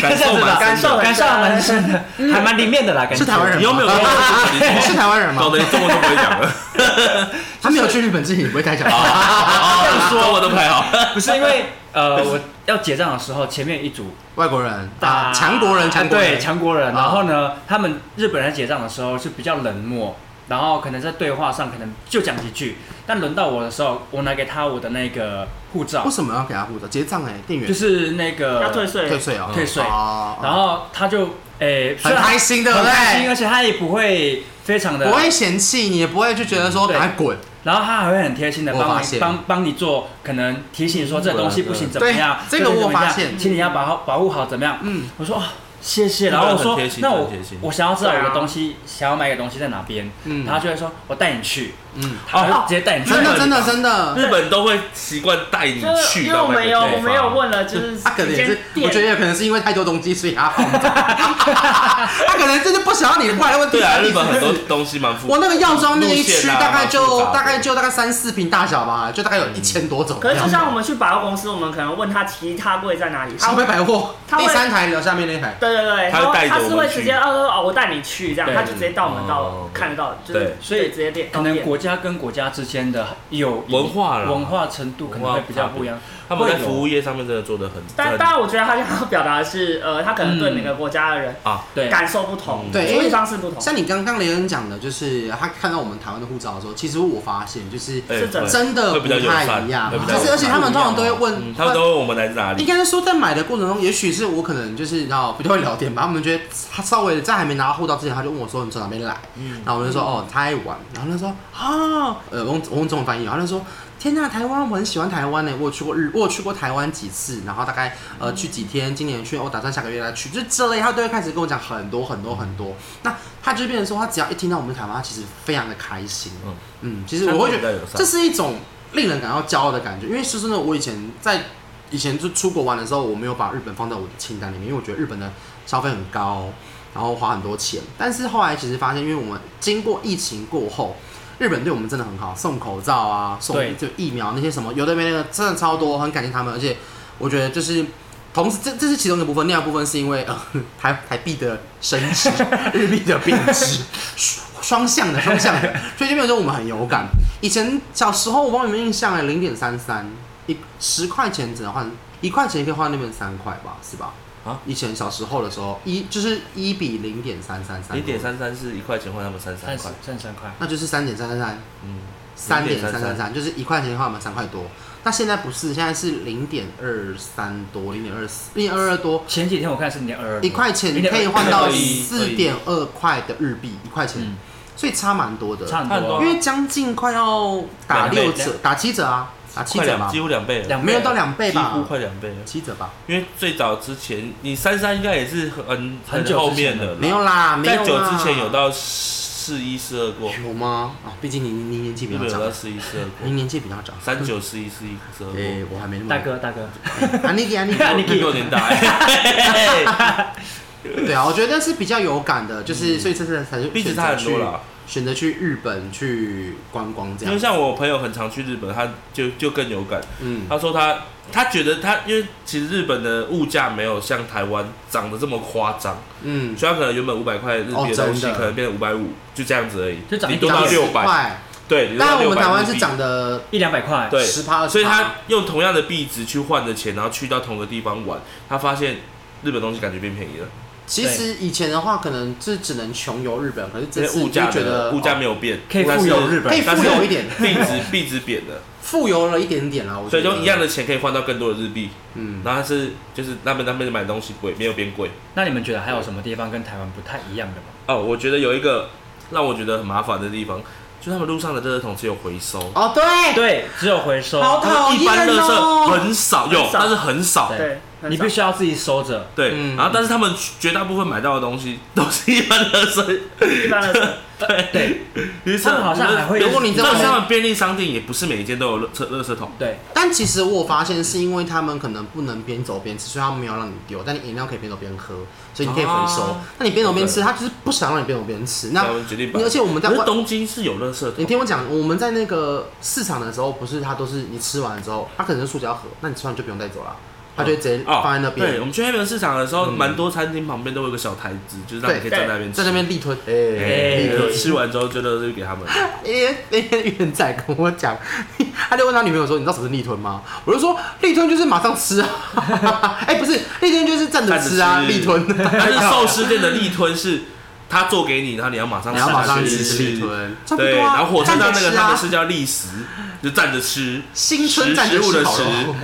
[SPEAKER 2] 感受蛮
[SPEAKER 4] 感
[SPEAKER 3] 深的
[SPEAKER 4] 感受还蛮深的，还蛮里面的啦，感
[SPEAKER 1] 嗯
[SPEAKER 4] 觉
[SPEAKER 1] 是台湾人
[SPEAKER 2] 你有没 有？
[SPEAKER 1] 你是台湾人
[SPEAKER 2] 搞
[SPEAKER 1] 吗
[SPEAKER 2] 得？你中文都不会讲了，
[SPEAKER 1] 他没有去日本之前，你不会太讲话。
[SPEAKER 2] 啊中文都不太好。
[SPEAKER 4] 不是因为呃，我要结账的时候，前面一组
[SPEAKER 1] 外国人
[SPEAKER 4] 大
[SPEAKER 1] 啊，强国人，强国
[SPEAKER 4] 哎对
[SPEAKER 1] 人，
[SPEAKER 4] 强国人，
[SPEAKER 1] 啊
[SPEAKER 4] 然后呢，他们日本人在结账的时候是比较冷漠，然后可能在对话上可能就讲几句，但轮到我的时候，我拿给他我的那个护照
[SPEAKER 1] 为，什么要给他护照？结账哎，店员
[SPEAKER 4] 就是那个
[SPEAKER 3] 要退税
[SPEAKER 1] 退，税哦，
[SPEAKER 4] 退税
[SPEAKER 1] 哦
[SPEAKER 4] 然后他就诶、虽
[SPEAKER 1] 很
[SPEAKER 4] 然
[SPEAKER 1] 开心，对不
[SPEAKER 4] 很开心，
[SPEAKER 1] 对？
[SPEAKER 4] 而且他也不会非常的
[SPEAKER 1] 不，会嫌弃你，也不会就觉得说
[SPEAKER 4] 对
[SPEAKER 1] 赶快滚。
[SPEAKER 4] 然后他还会很贴心的
[SPEAKER 1] 我发
[SPEAKER 4] 帮你
[SPEAKER 1] 现嗯
[SPEAKER 4] 帮帮你做，可能提醒你说这东西不行怎么样，
[SPEAKER 1] 对这个
[SPEAKER 4] 东西怎么样
[SPEAKER 1] 我发现
[SPEAKER 4] 请你要保护保护好怎么样？
[SPEAKER 1] 嗯，
[SPEAKER 4] 我说哦，谢谢，然后我
[SPEAKER 2] 日本人很
[SPEAKER 4] 说
[SPEAKER 2] 贴心
[SPEAKER 4] 那
[SPEAKER 2] 很
[SPEAKER 4] 我
[SPEAKER 2] 贴心
[SPEAKER 4] 我想要知道
[SPEAKER 3] 对啊
[SPEAKER 4] 我的东西，想要买的东西在哪边，
[SPEAKER 1] 嗯
[SPEAKER 4] 然后他就会说我带你去，
[SPEAKER 1] 嗯，
[SPEAKER 4] 他就直接带你去，
[SPEAKER 1] 真的真的真的，
[SPEAKER 2] 日本都会习惯带你
[SPEAKER 3] 就是
[SPEAKER 2] 去
[SPEAKER 3] 因为
[SPEAKER 2] 到
[SPEAKER 3] 我
[SPEAKER 2] 那个
[SPEAKER 3] 们
[SPEAKER 2] 地
[SPEAKER 3] 有
[SPEAKER 2] 方。
[SPEAKER 3] 我们有问了，就是
[SPEAKER 1] 他啊可能
[SPEAKER 3] 几
[SPEAKER 1] 也
[SPEAKER 3] 间
[SPEAKER 1] 是，我觉得
[SPEAKER 3] 店，
[SPEAKER 1] 也可能是因为太多东西，所以他放不掉他可能真的不想让你过来问第
[SPEAKER 2] 对啊，
[SPEAKER 1] 三、第
[SPEAKER 2] 日本很多
[SPEAKER 1] 四次。
[SPEAKER 2] 东西蛮复杂。
[SPEAKER 1] 我那个药妆那一
[SPEAKER 2] 路
[SPEAKER 1] 区
[SPEAKER 2] 线啊
[SPEAKER 1] 大概
[SPEAKER 2] 蛮复
[SPEAKER 1] 就
[SPEAKER 2] 杂的
[SPEAKER 1] 大概就大概三四平大小吧，就大概有一千多种。
[SPEAKER 3] 可是就像我们去百货公司，我们可能问他其他柜在哪里，他
[SPEAKER 1] 小
[SPEAKER 3] 会
[SPEAKER 1] 北百货
[SPEAKER 3] 他
[SPEAKER 1] 第
[SPEAKER 3] 会
[SPEAKER 1] 三台楼下面那台，
[SPEAKER 3] 对对对，
[SPEAKER 2] 他
[SPEAKER 3] 他
[SPEAKER 2] 会带着
[SPEAKER 3] 他
[SPEAKER 2] 我
[SPEAKER 3] 是
[SPEAKER 2] 们
[SPEAKER 3] 会
[SPEAKER 2] 去
[SPEAKER 3] 直接哦哦，我带你去这样，
[SPEAKER 4] 对
[SPEAKER 3] 他就直接带我们
[SPEAKER 2] 哦
[SPEAKER 3] 到看得到，就
[SPEAKER 2] 对
[SPEAKER 3] 是
[SPEAKER 4] 所以
[SPEAKER 3] 直接变
[SPEAKER 4] 可
[SPEAKER 3] 到
[SPEAKER 4] 能
[SPEAKER 3] 店
[SPEAKER 4] 国家跟国家之间的友谊
[SPEAKER 2] 文化啦
[SPEAKER 4] 文化程度可能会比较不一样。
[SPEAKER 2] 他们在
[SPEAKER 4] 会有
[SPEAKER 2] 服务业上面真的做的很，
[SPEAKER 3] 但
[SPEAKER 2] 很
[SPEAKER 3] 当然，我觉得他想要表达的是，呃，他可能对每个国家的人
[SPEAKER 2] 啊，
[SPEAKER 4] 嗯对，
[SPEAKER 3] 感受不同，
[SPEAKER 1] 对
[SPEAKER 3] 处
[SPEAKER 1] 因为
[SPEAKER 3] 理方式不
[SPEAKER 2] 哦
[SPEAKER 3] 同，
[SPEAKER 1] 像你刚刚雷恩讲的，就是他看到我们台湾的护照的时候，其实我发现就是
[SPEAKER 2] 哎
[SPEAKER 3] 是整
[SPEAKER 2] 对
[SPEAKER 1] 真的
[SPEAKER 2] 会
[SPEAKER 1] 不
[SPEAKER 2] 比较友
[SPEAKER 1] 太
[SPEAKER 2] 善
[SPEAKER 1] 一样
[SPEAKER 2] 会比，较
[SPEAKER 1] 就
[SPEAKER 2] 友
[SPEAKER 1] 是
[SPEAKER 2] 善
[SPEAKER 1] 而且他们通常都会问
[SPEAKER 2] 嗯，他们都问我们来自哪
[SPEAKER 1] 应
[SPEAKER 2] 里，
[SPEAKER 1] 该是说，在买的过程中，也许是我可能就是然后比较会聊天吧，他们觉得他稍微在还没拿到护照之前，他就问我说你从哪边来，
[SPEAKER 2] 嗯
[SPEAKER 1] 然后我就说哦台湾，然后他说啊，呃我用我用中文翻译，然后他说天呐、台湾我很喜欢台湾呢、我有去过日，我有去过台湾几次，然后大概呃去几天，今年去，哦我打算下个月再去，就之类，他都会开始跟我讲很多很多很多，那他就变成说，他只要一听到我们台湾，他其实非常的开心，
[SPEAKER 2] 嗯
[SPEAKER 1] 嗯其实我会觉
[SPEAKER 2] 相对
[SPEAKER 1] 得
[SPEAKER 2] 比较友善
[SPEAKER 1] 这是一种令人感到骄傲的感觉，因为说真的，我以前在以前就出国玩的时候，我没有把日本放在我的清单里面，因为我觉得日本的消费很高，然后花很多钱。但是后来其实发现，因为我们经过疫情过后，日本对我们真的很好，送口罩啊，送
[SPEAKER 4] 对
[SPEAKER 1] 就疫苗那些什么，有的没的，真的超多，很感谢他们。而且我觉得就是。同时，这这是其中一个部分，另外一部分是因为呃台台币的升值，日币的贬值，双双向的双向的， 所以这边说我们很有感。以前小时候，我忘了有没有印象哎，零点三三，一十块钱只能换一块钱，可以换那边三块吧，是吧？
[SPEAKER 2] 啊，
[SPEAKER 1] 以前小时候的时候，一就是一比零点三三三，
[SPEAKER 2] 零点，三三是一块钱换他们三三
[SPEAKER 4] 三十
[SPEAKER 2] 块，
[SPEAKER 4] 三十三块，
[SPEAKER 1] 那就是三点三三三，
[SPEAKER 2] 嗯，
[SPEAKER 1] 三点三三
[SPEAKER 2] 3.333
[SPEAKER 1] 三，就是一块钱的话，我们三块多。那现在不是，现在是零点二三多，零点二四，零点二二多，
[SPEAKER 4] 前几天我看是零点二二，
[SPEAKER 1] 一块钱可以换到
[SPEAKER 2] 0.21
[SPEAKER 1] 四点二块的日币，一块钱
[SPEAKER 4] 嗯，
[SPEAKER 1] 所以差蛮多的。
[SPEAKER 4] 差
[SPEAKER 2] 差
[SPEAKER 4] 很
[SPEAKER 2] 很多
[SPEAKER 4] 多
[SPEAKER 1] 因
[SPEAKER 4] 啊，
[SPEAKER 1] 为将近快要打
[SPEAKER 2] 哦两倍
[SPEAKER 1] 六折，打七折啊，打七
[SPEAKER 2] 快
[SPEAKER 1] 折
[SPEAKER 2] 两
[SPEAKER 1] 吧
[SPEAKER 2] 几，乎两倍了，
[SPEAKER 4] 两
[SPEAKER 1] 没有到两倍
[SPEAKER 2] 几
[SPEAKER 1] 吧
[SPEAKER 2] 乎，快两倍了。
[SPEAKER 1] 七折吧，
[SPEAKER 2] 因为最早之前，你三三应该也是很
[SPEAKER 4] 很久
[SPEAKER 2] 后
[SPEAKER 4] 之
[SPEAKER 2] 面
[SPEAKER 4] 前
[SPEAKER 2] 的
[SPEAKER 4] 了
[SPEAKER 2] 啦，
[SPEAKER 1] 没有啦，没有
[SPEAKER 2] 在
[SPEAKER 1] 啦
[SPEAKER 2] 久之前有到四一四二过，
[SPEAKER 1] 有吗？啊，毕竟您您年纪比
[SPEAKER 2] 日
[SPEAKER 1] 较
[SPEAKER 2] 本有到
[SPEAKER 1] 长，
[SPEAKER 2] 四一四二过
[SPEAKER 1] 您，年纪比较长，
[SPEAKER 2] 三九四一四一四二
[SPEAKER 1] 哎、
[SPEAKER 2] 过，
[SPEAKER 1] 我还没那么哎啊
[SPEAKER 4] 大，哥大哥，
[SPEAKER 1] 安利给安利给，
[SPEAKER 2] 你比我年大，嘿嘿嘿
[SPEAKER 1] 对啊，我觉得是比较有感的，就是、所以这次才是
[SPEAKER 2] 壁纸
[SPEAKER 1] 选
[SPEAKER 2] 嗯差
[SPEAKER 1] 择
[SPEAKER 2] 很多
[SPEAKER 1] 去
[SPEAKER 2] 啦。
[SPEAKER 1] 选择去日本去观光这
[SPEAKER 2] 因为
[SPEAKER 1] 样，
[SPEAKER 2] 像我朋友很常去日本，他就就更有感。
[SPEAKER 1] 嗯，
[SPEAKER 2] 他说他他觉得他因为其实日本的物价没有像台湾涨得这么夸张，
[SPEAKER 1] 嗯，
[SPEAKER 2] 虽然可能原本五百块日币
[SPEAKER 1] 哦
[SPEAKER 2] 的东西
[SPEAKER 1] 真的
[SPEAKER 2] 可能变成五百五，就这样子而已，
[SPEAKER 4] 就涨一
[SPEAKER 2] 顶多
[SPEAKER 4] 点
[SPEAKER 2] 到
[SPEAKER 4] 点
[SPEAKER 2] 六
[SPEAKER 1] 10
[SPEAKER 2] 百，
[SPEAKER 1] 块，
[SPEAKER 2] 对，顶多
[SPEAKER 1] 当
[SPEAKER 2] 到
[SPEAKER 1] 然我们
[SPEAKER 2] 600
[SPEAKER 1] 台湾
[SPEAKER 2] 日
[SPEAKER 1] 是
[SPEAKER 2] 币
[SPEAKER 1] 涨的
[SPEAKER 4] 一两百块，
[SPEAKER 2] 对
[SPEAKER 1] 十趴，
[SPEAKER 2] 所以他用同样的币值去换的钱，然后去到同个地方玩，他发现日本东西感觉变便宜了，
[SPEAKER 1] 其实以前的话可能是只能穷游日本，可是
[SPEAKER 2] 因
[SPEAKER 1] 这
[SPEAKER 2] 为
[SPEAKER 1] 次
[SPEAKER 2] 物
[SPEAKER 1] 你就
[SPEAKER 2] 价
[SPEAKER 1] 觉
[SPEAKER 2] 的
[SPEAKER 1] 得
[SPEAKER 2] 物价
[SPEAKER 1] 哦
[SPEAKER 2] 没有变，
[SPEAKER 4] 可以
[SPEAKER 2] 但
[SPEAKER 4] 富
[SPEAKER 2] 是
[SPEAKER 4] 有日
[SPEAKER 1] 可以
[SPEAKER 4] 本，
[SPEAKER 1] 富有一点，
[SPEAKER 2] 币值币值贬了，
[SPEAKER 1] 富有了一点点啦，我觉
[SPEAKER 2] 所以
[SPEAKER 1] 得
[SPEAKER 2] 用一样的钱可以换到更多的日币，
[SPEAKER 1] 嗯，
[SPEAKER 2] 然后它是就是那边那边买东西贵，没有变贵。
[SPEAKER 4] 那你们觉得还有什么地方跟台湾不太一样的吗？
[SPEAKER 2] 哦，我觉得有一个让我觉得很麻烦的地方，就他们路上的垃圾桶只有回收，
[SPEAKER 1] 哦对，
[SPEAKER 4] 对，只有回收，
[SPEAKER 1] 好讨厌
[SPEAKER 2] 一般垃圾
[SPEAKER 1] 哦
[SPEAKER 2] 很少有，
[SPEAKER 3] 很少
[SPEAKER 2] 但是很少。
[SPEAKER 3] 对，很
[SPEAKER 4] 你
[SPEAKER 3] 少
[SPEAKER 4] 必须要自己收着。
[SPEAKER 2] 对，
[SPEAKER 1] 嗯
[SPEAKER 2] 然后但是他们绝大部分买到的东西都是一般垃圾，
[SPEAKER 3] 一 般的是
[SPEAKER 4] 对
[SPEAKER 2] 于是
[SPEAKER 4] 他们好像还会
[SPEAKER 1] 如果你
[SPEAKER 2] 但
[SPEAKER 1] 真
[SPEAKER 2] 是
[SPEAKER 1] 的
[SPEAKER 2] 他们便利商店也不是每一间都有垃圾垃圾桶，
[SPEAKER 4] 对，
[SPEAKER 1] 但其实我发现是因为他们可能不能边走边吃，所以他们没有让你丢，但你饮料可以边走边喝，所以你可以回收
[SPEAKER 2] 啊。
[SPEAKER 1] 那你边走边吃，
[SPEAKER 2] 对
[SPEAKER 1] 他就是不想让你边走边吃。那
[SPEAKER 2] 他们决定把。
[SPEAKER 1] 而且我们在
[SPEAKER 2] 可是
[SPEAKER 1] 外，
[SPEAKER 2] 东京是有垃圾
[SPEAKER 1] 你
[SPEAKER 2] 桶，
[SPEAKER 1] 听我讲，我们在那个市场的时候，不是他都是你吃完之后，他可能是塑胶盒，那你吃完就不用带走了，他就直接
[SPEAKER 2] 哦
[SPEAKER 1] 哎放在那
[SPEAKER 2] 对，
[SPEAKER 1] 边
[SPEAKER 2] 我，们去黑门市场的时候，
[SPEAKER 1] 嗯
[SPEAKER 2] 蛮多餐厅旁边都有一个小台子，就是让你可以
[SPEAKER 1] 对
[SPEAKER 2] 站在那边吃
[SPEAKER 1] 在那。边力推。
[SPEAKER 2] 哎
[SPEAKER 1] 立刻
[SPEAKER 2] 吃完之后就垃圾给他 们。
[SPEAKER 1] 那天那 天元仔跟我讲，他就问他女朋友说：“你知道什么是立吞吗？”我就说：“立吞就是马上吃啊， 哎、不是立吞就是站着吃啊，
[SPEAKER 2] 站着吃
[SPEAKER 1] 立 吞。
[SPEAKER 2] 但是寿司店的立吞是他做给你，然后你要马上
[SPEAKER 1] 你要马上
[SPEAKER 2] 吃
[SPEAKER 1] 吃吃立吞，差不
[SPEAKER 2] 对，
[SPEAKER 1] 多啊。
[SPEAKER 2] 然后火车
[SPEAKER 1] 站
[SPEAKER 2] 站
[SPEAKER 1] 着
[SPEAKER 2] 那个
[SPEAKER 1] 吃
[SPEAKER 2] 他们
[SPEAKER 1] 啊，
[SPEAKER 2] 是叫立食，就站着吃。
[SPEAKER 1] 新春站着
[SPEAKER 2] 食物
[SPEAKER 1] 吃
[SPEAKER 2] 的
[SPEAKER 1] 烤
[SPEAKER 2] 食
[SPEAKER 1] 肉，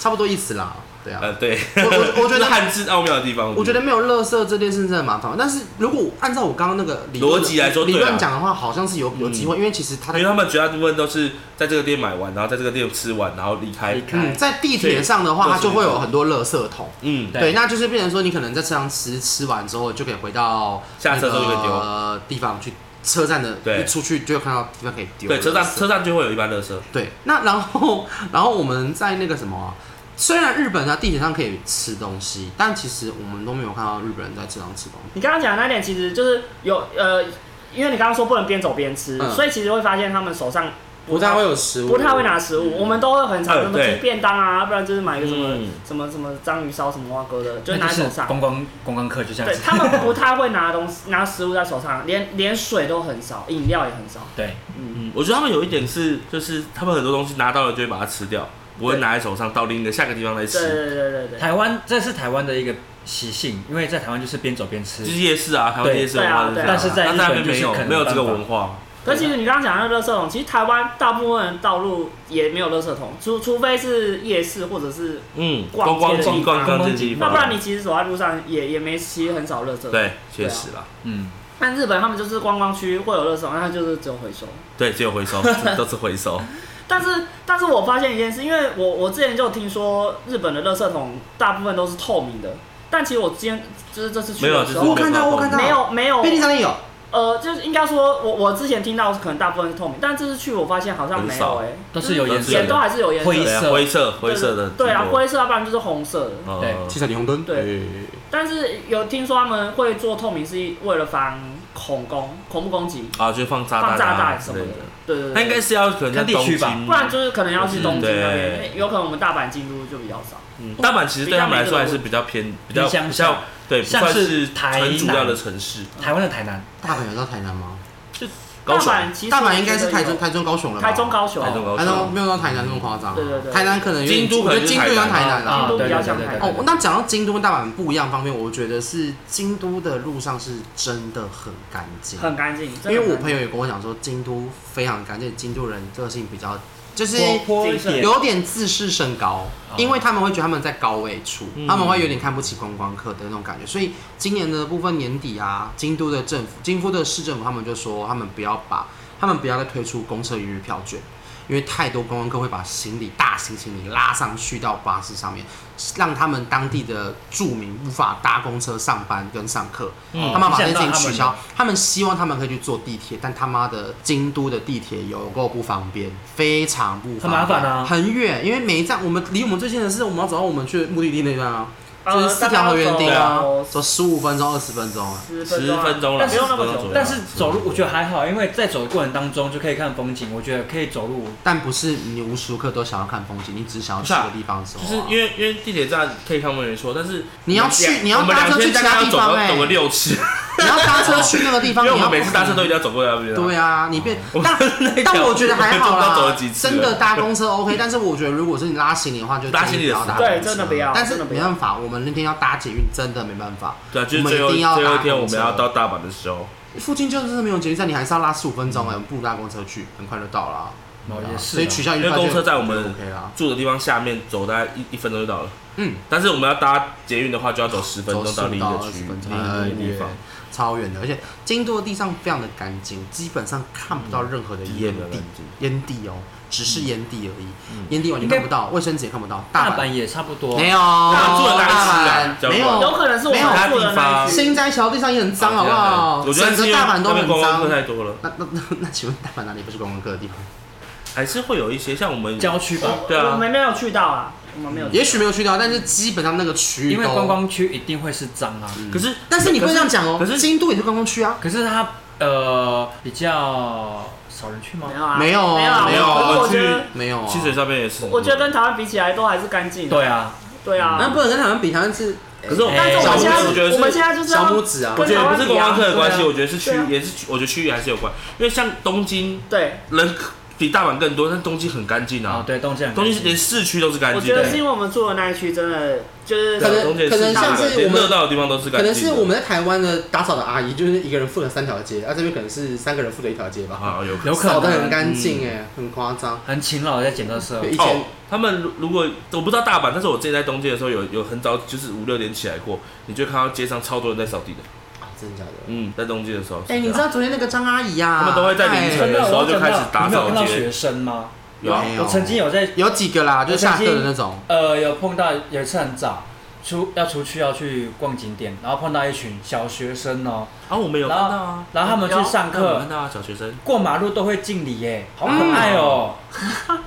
[SPEAKER 1] 差不多意思啦。对啊，
[SPEAKER 2] 呃，对，
[SPEAKER 1] 我我我觉
[SPEAKER 2] 这是
[SPEAKER 1] 得
[SPEAKER 2] 汉字奥妙的地方。
[SPEAKER 1] 我觉得没有垃圾这件事真的蛮烦，但是如果按照我刚刚那个理论
[SPEAKER 2] 逻辑来说
[SPEAKER 1] 理
[SPEAKER 2] 对啊嗯
[SPEAKER 1] 论讲的话，好像是有有机会，因为其实他的
[SPEAKER 2] 因为他们绝大部分都是在这个店买完，然后在这个店吃完，然后离开
[SPEAKER 4] 离。开
[SPEAKER 1] 嗯，在地铁上的话，
[SPEAKER 2] 对
[SPEAKER 1] 它就会有很多垃圾桶。
[SPEAKER 2] 嗯，
[SPEAKER 4] 对
[SPEAKER 1] 对，那就是变成说，你可能在车上吃，吃完之后就可以回到
[SPEAKER 2] 下车之后就可以丢
[SPEAKER 1] 呃地方去，车站的
[SPEAKER 2] 对
[SPEAKER 1] 一出去就会看到地方可以丢。
[SPEAKER 2] 对，车站车站就会有一般垃圾。
[SPEAKER 1] 对，那然后然后我们在那个什么啊、虽然日本在啊地铁上可以吃东西，但其实我们都没有看到日本人在车上吃东西。
[SPEAKER 3] 你刚刚讲的那点，其实就是有呃，因为你刚刚说不能边走边吃，
[SPEAKER 1] 嗯
[SPEAKER 3] 所以其实会发现他们手上
[SPEAKER 6] 不太会有食物，
[SPEAKER 3] 不太会拿食物，我们都会很常
[SPEAKER 2] 呃
[SPEAKER 4] 嗯
[SPEAKER 3] 什么
[SPEAKER 2] 对
[SPEAKER 3] 吃便当啊，不然就是买一个什么、
[SPEAKER 2] 嗯
[SPEAKER 3] 什么什么章鱼烧什么蛙哥的，就拿
[SPEAKER 4] 那就
[SPEAKER 3] 在手
[SPEAKER 4] 是
[SPEAKER 3] 上。
[SPEAKER 4] 观光观光客就这样
[SPEAKER 3] 对
[SPEAKER 4] 子。
[SPEAKER 3] 他们 不太会拿东西 拿食物在手上，连连水都很少，饮料也很少。
[SPEAKER 4] 对，
[SPEAKER 2] 嗯，我觉得他们有一点是，就是他们很多东西拿到了就会把它吃掉，不会
[SPEAKER 3] 对
[SPEAKER 2] 拿在手上到另一个下个地方再
[SPEAKER 3] 对
[SPEAKER 2] 吃。
[SPEAKER 3] 对对对对对。
[SPEAKER 4] 台湾这是台湾的一个习性，因为在台湾就是边走边吃
[SPEAKER 2] 就是。夜市啊，台湾
[SPEAKER 4] 对
[SPEAKER 2] 夜市文化是这
[SPEAKER 3] 对
[SPEAKER 2] 样，
[SPEAKER 3] 啊对啊
[SPEAKER 4] 但是在
[SPEAKER 2] 那那边
[SPEAKER 4] 日本就
[SPEAKER 2] 没
[SPEAKER 4] 是
[SPEAKER 2] 有
[SPEAKER 4] 可能
[SPEAKER 2] 没有这个
[SPEAKER 4] 办法
[SPEAKER 2] 文化，
[SPEAKER 3] 可是其实你刚刚讲那个垃圾桶，其实台湾大部分道路也没有垃圾桶，除除非是夜市或者是，
[SPEAKER 2] 嗯，
[SPEAKER 3] 逛
[SPEAKER 2] 光
[SPEAKER 3] 街的
[SPEAKER 2] 光
[SPEAKER 3] 地
[SPEAKER 2] 逛
[SPEAKER 3] 方
[SPEAKER 2] 逛街的地
[SPEAKER 3] 那
[SPEAKER 2] 方，
[SPEAKER 3] 不然你其实走在路上也也没其实很少垃圾桶。。
[SPEAKER 2] 对，确实啦，
[SPEAKER 4] 嗯，
[SPEAKER 3] 但日本他们就是观光区会有垃圾桶，那就是只有回收。
[SPEAKER 2] 对，只有回收， 都是回收，
[SPEAKER 3] 但是，但是我发现一件事，因为我我之前就有听说日本的垃圾桶大部分都是透明的，但其实我今天就是这次去
[SPEAKER 2] 没有啊
[SPEAKER 3] 的
[SPEAKER 2] 就
[SPEAKER 3] 时
[SPEAKER 2] 是
[SPEAKER 3] 候
[SPEAKER 1] 我，看到我看到
[SPEAKER 3] 没有没有
[SPEAKER 1] 便利商店有，
[SPEAKER 2] 哦
[SPEAKER 3] 呃，就是应该说我我之前听到可能大部分是透明，但这次去我发现好像没
[SPEAKER 2] 很
[SPEAKER 3] 有
[SPEAKER 2] 少
[SPEAKER 3] 哎、
[SPEAKER 4] 都是有颜
[SPEAKER 2] 是有
[SPEAKER 3] 也
[SPEAKER 4] 色
[SPEAKER 3] 都
[SPEAKER 4] 的。
[SPEAKER 3] 还是有颜色的，
[SPEAKER 4] 灰
[SPEAKER 2] 对啊
[SPEAKER 4] 色
[SPEAKER 2] 灰色灰色的，
[SPEAKER 3] 对啊，灰色，要不然就是红色的。
[SPEAKER 2] 嗯，
[SPEAKER 4] 对
[SPEAKER 1] 七彩霓虹灯，
[SPEAKER 3] 对
[SPEAKER 1] 哎
[SPEAKER 3] 但是有听说他们会做透明是为了防恐攻、恐怖攻击、
[SPEAKER 2] 啊，就放炸弹啊
[SPEAKER 3] 放炸弹
[SPEAKER 2] 之
[SPEAKER 3] 什么
[SPEAKER 2] 类
[SPEAKER 3] 的
[SPEAKER 2] 的，。
[SPEAKER 3] 对对对，
[SPEAKER 2] 那应该是要可能在
[SPEAKER 4] 看地
[SPEAKER 2] 东
[SPEAKER 4] 区吧
[SPEAKER 2] 京，
[SPEAKER 3] 不然就是可能要去东京那边，
[SPEAKER 2] 嗯
[SPEAKER 3] 因
[SPEAKER 2] 对
[SPEAKER 3] 为有可能我们大阪进入就比较少。
[SPEAKER 2] 嗯大阪其实对他们来说还
[SPEAKER 3] 嗯
[SPEAKER 2] 是比较偏比较
[SPEAKER 4] 比较
[SPEAKER 2] 比较对，不
[SPEAKER 4] 像
[SPEAKER 2] 算是
[SPEAKER 4] 是台
[SPEAKER 2] 很主要
[SPEAKER 4] 南
[SPEAKER 2] 的城市，
[SPEAKER 4] 台湾的台南，
[SPEAKER 1] 大阪有到台南吗？
[SPEAKER 3] 大
[SPEAKER 2] 高雄
[SPEAKER 3] 阪其实
[SPEAKER 1] 大阪应该是台中、
[SPEAKER 3] 台
[SPEAKER 1] 台中、高雄了吧？
[SPEAKER 3] 台中、高
[SPEAKER 4] 啊
[SPEAKER 3] 雄，
[SPEAKER 2] 台中高
[SPEAKER 1] 台
[SPEAKER 2] 雄
[SPEAKER 1] 中。没有到台南那么夸张啊。
[SPEAKER 3] 对对对
[SPEAKER 1] 台南可能有点
[SPEAKER 2] 京都可能
[SPEAKER 1] 我觉得京
[SPEAKER 2] 就是
[SPEAKER 1] 都有点台
[SPEAKER 2] 台
[SPEAKER 1] 南
[SPEAKER 2] 南
[SPEAKER 1] 啦。
[SPEAKER 4] 啊
[SPEAKER 3] 京都
[SPEAKER 4] 对
[SPEAKER 3] 比较
[SPEAKER 4] 对
[SPEAKER 3] 像
[SPEAKER 4] 对
[SPEAKER 3] 台
[SPEAKER 4] 对
[SPEAKER 3] 南
[SPEAKER 4] 对
[SPEAKER 1] 哦，那讲到京都跟大阪不一样方面，我觉得是京都的路上是真的很干净，
[SPEAKER 3] 很干净。
[SPEAKER 1] 因为我朋
[SPEAKER 3] 友
[SPEAKER 1] 友也跟我讲说，京都非常干净，京都人个性比较就是
[SPEAKER 4] 泼
[SPEAKER 3] 一
[SPEAKER 4] 一
[SPEAKER 3] 点
[SPEAKER 4] 点哦
[SPEAKER 1] 有点自视甚高，因为他们会觉得他们在高位处，
[SPEAKER 2] 嗯
[SPEAKER 1] 他们会有点看不起观光客的那种感觉。所以今年的部分年底啊，京都的政府、京都的市政府，他们就说他们不要把他们不要再推出公车一日票券，因为太多观光客会把行李大型行李拉上去到巴士上面，让他们当地的住民无法搭公车上班跟上课。
[SPEAKER 2] 嗯
[SPEAKER 1] 他们把这件事情
[SPEAKER 4] 影响到他们
[SPEAKER 1] 取消，他们希望他们可以去坐地铁，但他妈的京都的地铁有够不方便，非常不
[SPEAKER 4] 很
[SPEAKER 1] 方便，
[SPEAKER 4] 麻烦啊。
[SPEAKER 1] 很远，因为每一站我们离我们最近的是我们要走到我们去目的地那段啊，
[SPEAKER 3] 呃
[SPEAKER 1] 就是四条河原町
[SPEAKER 3] 大概
[SPEAKER 1] 啊
[SPEAKER 3] 要，
[SPEAKER 1] 走十五分钟、二十分钟啊。
[SPEAKER 3] 十
[SPEAKER 2] 十分钟了，
[SPEAKER 3] 但是
[SPEAKER 2] 十分钟左
[SPEAKER 3] 但是
[SPEAKER 2] 右
[SPEAKER 4] 但是走路我觉得还好，因为在走的过程当中就可以看风景，我觉得可以走路。
[SPEAKER 1] 但不是你无时无刻都想要看风景，你只想要去
[SPEAKER 2] 不是啊
[SPEAKER 1] 个地方的时候
[SPEAKER 2] 就
[SPEAKER 1] 啊、
[SPEAKER 2] 是因为因为地铁站可以看公园说，但是
[SPEAKER 1] 你要去
[SPEAKER 2] 我们
[SPEAKER 1] 你要
[SPEAKER 2] 我们
[SPEAKER 1] 搭车
[SPEAKER 2] 两
[SPEAKER 1] 去
[SPEAKER 2] 天
[SPEAKER 1] 其他
[SPEAKER 2] 大概要
[SPEAKER 1] 地
[SPEAKER 2] 走
[SPEAKER 1] 方
[SPEAKER 2] 个
[SPEAKER 1] 欸
[SPEAKER 2] 走个六次，
[SPEAKER 1] 你要搭车去那个地
[SPEAKER 2] 因
[SPEAKER 1] 方，
[SPEAKER 2] 为我
[SPEAKER 1] 你要啊
[SPEAKER 2] 们每次搭车都一定要走过来那边啊。
[SPEAKER 1] 对啊，你变
[SPEAKER 2] 我们
[SPEAKER 1] 但但我觉得还好
[SPEAKER 2] 我们中间走
[SPEAKER 1] 啦
[SPEAKER 2] 了几，次了
[SPEAKER 1] 真的搭公车 OK，但是我觉得如果是你拉行李的话，就
[SPEAKER 2] 拉行
[SPEAKER 1] 建议
[SPEAKER 2] 李的
[SPEAKER 1] 不要搭公
[SPEAKER 2] 时候
[SPEAKER 1] 车
[SPEAKER 3] 对真的不要
[SPEAKER 1] 但是
[SPEAKER 3] 真的不
[SPEAKER 1] 没
[SPEAKER 3] 要
[SPEAKER 1] 办法，我们那天要搭捷运，真的没办法。
[SPEAKER 2] 对啊，就是
[SPEAKER 1] 我们
[SPEAKER 2] 最后
[SPEAKER 1] 一定要搭
[SPEAKER 2] 最后一天我
[SPEAKER 1] 公车
[SPEAKER 2] 们要到大阪的时候，
[SPEAKER 1] 附近就真的没有捷运站，你还是要拉十五分
[SPEAKER 2] 嗯
[SPEAKER 1] 钟哎，我们不如搭公车去，很快就到了啊。
[SPEAKER 4] 哦，也是
[SPEAKER 1] 所以取
[SPEAKER 4] 啊。
[SPEAKER 1] 消一
[SPEAKER 2] 因
[SPEAKER 1] 日
[SPEAKER 2] 为
[SPEAKER 1] 票
[SPEAKER 2] 公
[SPEAKER 1] 券
[SPEAKER 2] 车在我们
[SPEAKER 1] OK 啊啦。
[SPEAKER 2] 住的地方下面走大概一一分钟就到了。
[SPEAKER 1] 嗯，
[SPEAKER 2] 但是我们要搭捷运的话，就要走十分
[SPEAKER 1] 走
[SPEAKER 2] 钟
[SPEAKER 1] 十
[SPEAKER 2] 到另一个
[SPEAKER 1] 到二
[SPEAKER 2] 区
[SPEAKER 1] 十分钟，哎
[SPEAKER 2] 另一个地方。
[SPEAKER 1] 超远的，而且京都的地上非常的干净，基本上看不到任何的烟
[SPEAKER 2] 嗯
[SPEAKER 1] 蒂
[SPEAKER 2] 基本的干净，
[SPEAKER 1] 烟蒂哦，只是烟蒂而已
[SPEAKER 2] 嗯，
[SPEAKER 1] 烟蒂完全看不到，卫生纸也看不到。
[SPEAKER 4] 大
[SPEAKER 1] 阪
[SPEAKER 4] 阪也差不多。啊
[SPEAKER 1] 没有，
[SPEAKER 2] 阪住的哪里是
[SPEAKER 1] 大
[SPEAKER 2] 啊
[SPEAKER 1] 阪没
[SPEAKER 3] 有
[SPEAKER 1] 有，
[SPEAKER 3] 可能是我
[SPEAKER 1] 没有
[SPEAKER 3] 们住的那一区
[SPEAKER 1] 新斋桥地上也很脏，好不
[SPEAKER 2] 啊
[SPEAKER 1] 好？
[SPEAKER 2] 我觉得
[SPEAKER 1] 整
[SPEAKER 2] 是
[SPEAKER 1] 个
[SPEAKER 2] 因为
[SPEAKER 1] 大阪都
[SPEAKER 2] 那
[SPEAKER 1] 很
[SPEAKER 2] 边观光客
[SPEAKER 1] 脏。
[SPEAKER 2] 太多了，
[SPEAKER 1] 那那那 那，请问大阪哪里不是观光客的地方？
[SPEAKER 2] 还是会有一些像我们
[SPEAKER 4] 郊区吧，
[SPEAKER 2] 对
[SPEAKER 3] 我
[SPEAKER 1] 嗯
[SPEAKER 2] 啊，
[SPEAKER 3] 们没有去到啊，我们没有去到。
[SPEAKER 1] 也许没有去到，但是基本上那个区域
[SPEAKER 4] 因为
[SPEAKER 1] 都
[SPEAKER 4] 观，光区一定会是脏啊。
[SPEAKER 2] 可是
[SPEAKER 1] 但是你不能这样讲哦
[SPEAKER 2] 可是，
[SPEAKER 1] 京都也是观光区啊。
[SPEAKER 4] 可是它呃比较少人去吗
[SPEAKER 3] 没？有
[SPEAKER 1] 没有
[SPEAKER 3] 啊，没有
[SPEAKER 1] 啊
[SPEAKER 3] 啊，
[SPEAKER 1] 没有
[SPEAKER 3] 可是
[SPEAKER 2] 我
[SPEAKER 3] 我觉
[SPEAKER 2] 去
[SPEAKER 3] 得，
[SPEAKER 1] 没有啊，
[SPEAKER 2] 清水上面也是，
[SPEAKER 3] 我觉得跟台湾比起来都还是干净的。
[SPEAKER 4] 对啊，
[SPEAKER 3] 对啊，
[SPEAKER 1] 那不能跟台湾比，台湾是哎
[SPEAKER 2] 可是我
[SPEAKER 3] 但是我
[SPEAKER 1] 小
[SPEAKER 3] 们
[SPEAKER 1] 拇
[SPEAKER 3] 现
[SPEAKER 1] 指
[SPEAKER 3] 在，
[SPEAKER 2] 我觉得是
[SPEAKER 3] 我们现在就是
[SPEAKER 1] 小
[SPEAKER 3] 要
[SPEAKER 1] 拇指啊。
[SPEAKER 2] 我觉得也不是观光客的关系，
[SPEAKER 3] 对啊
[SPEAKER 2] 我觉得是区
[SPEAKER 3] 对啊
[SPEAKER 2] 也是，我觉得区域还是有关，因为像东京
[SPEAKER 3] 对，
[SPEAKER 2] 人比大阪更多，但东京很干净
[SPEAKER 4] 哦
[SPEAKER 2] 啊，
[SPEAKER 4] 对，东京很
[SPEAKER 2] 东京是连市区都是干
[SPEAKER 3] 我
[SPEAKER 2] 净
[SPEAKER 3] 觉得是
[SPEAKER 2] 的，啊
[SPEAKER 3] 因为我们住的那一区真的就是
[SPEAKER 1] 可能
[SPEAKER 2] 东京的市
[SPEAKER 1] 可能
[SPEAKER 2] 区
[SPEAKER 1] 像是
[SPEAKER 2] 连
[SPEAKER 1] 我们
[SPEAKER 2] 热闹的地方都是干
[SPEAKER 1] 可能
[SPEAKER 2] 净的，
[SPEAKER 1] 是我们在台湾的打扫的阿姨，就是一个人负责三条街，啊这边可能是三个人负责一条街吧，
[SPEAKER 2] 啊有可能
[SPEAKER 4] 有
[SPEAKER 1] 扫
[SPEAKER 4] 可
[SPEAKER 1] 的很
[SPEAKER 4] 能
[SPEAKER 1] 干净哎，很夸张。
[SPEAKER 4] 很勤劳地在捡垃圾。
[SPEAKER 1] 对以前
[SPEAKER 2] 哦，他们如如果我不知道大阪，但是我之前在东京的时候有有很早就是五六点起来过，你就看到街上超多人在扫地的，
[SPEAKER 1] 啊真的假的？
[SPEAKER 2] 嗯，在东京的时候，
[SPEAKER 1] 哎，你知道昨天那个张阿姨啊，
[SPEAKER 2] 他们都会在凌晨
[SPEAKER 1] 哎
[SPEAKER 4] 真的，
[SPEAKER 2] 有时候
[SPEAKER 4] 我
[SPEAKER 2] 就
[SPEAKER 4] 有
[SPEAKER 2] 开
[SPEAKER 4] 看
[SPEAKER 2] 始
[SPEAKER 4] 到，
[SPEAKER 2] 打
[SPEAKER 4] 你没有
[SPEAKER 2] 扫
[SPEAKER 4] 看到
[SPEAKER 2] 街
[SPEAKER 4] 学生吗？
[SPEAKER 2] 有啊
[SPEAKER 1] 没有
[SPEAKER 4] 我曾经有在
[SPEAKER 1] 有几个啦，就下课的那种，
[SPEAKER 4] 呃有碰到有一次很早出要出去要去逛景点，然后碰到一群小学生哦，
[SPEAKER 2] 啊，我们有看到啊，
[SPEAKER 4] 然后他们去上
[SPEAKER 2] 我们
[SPEAKER 4] 课
[SPEAKER 2] 看，到啊，小学生，
[SPEAKER 4] 过马路都会敬礼耶，好可爱哦，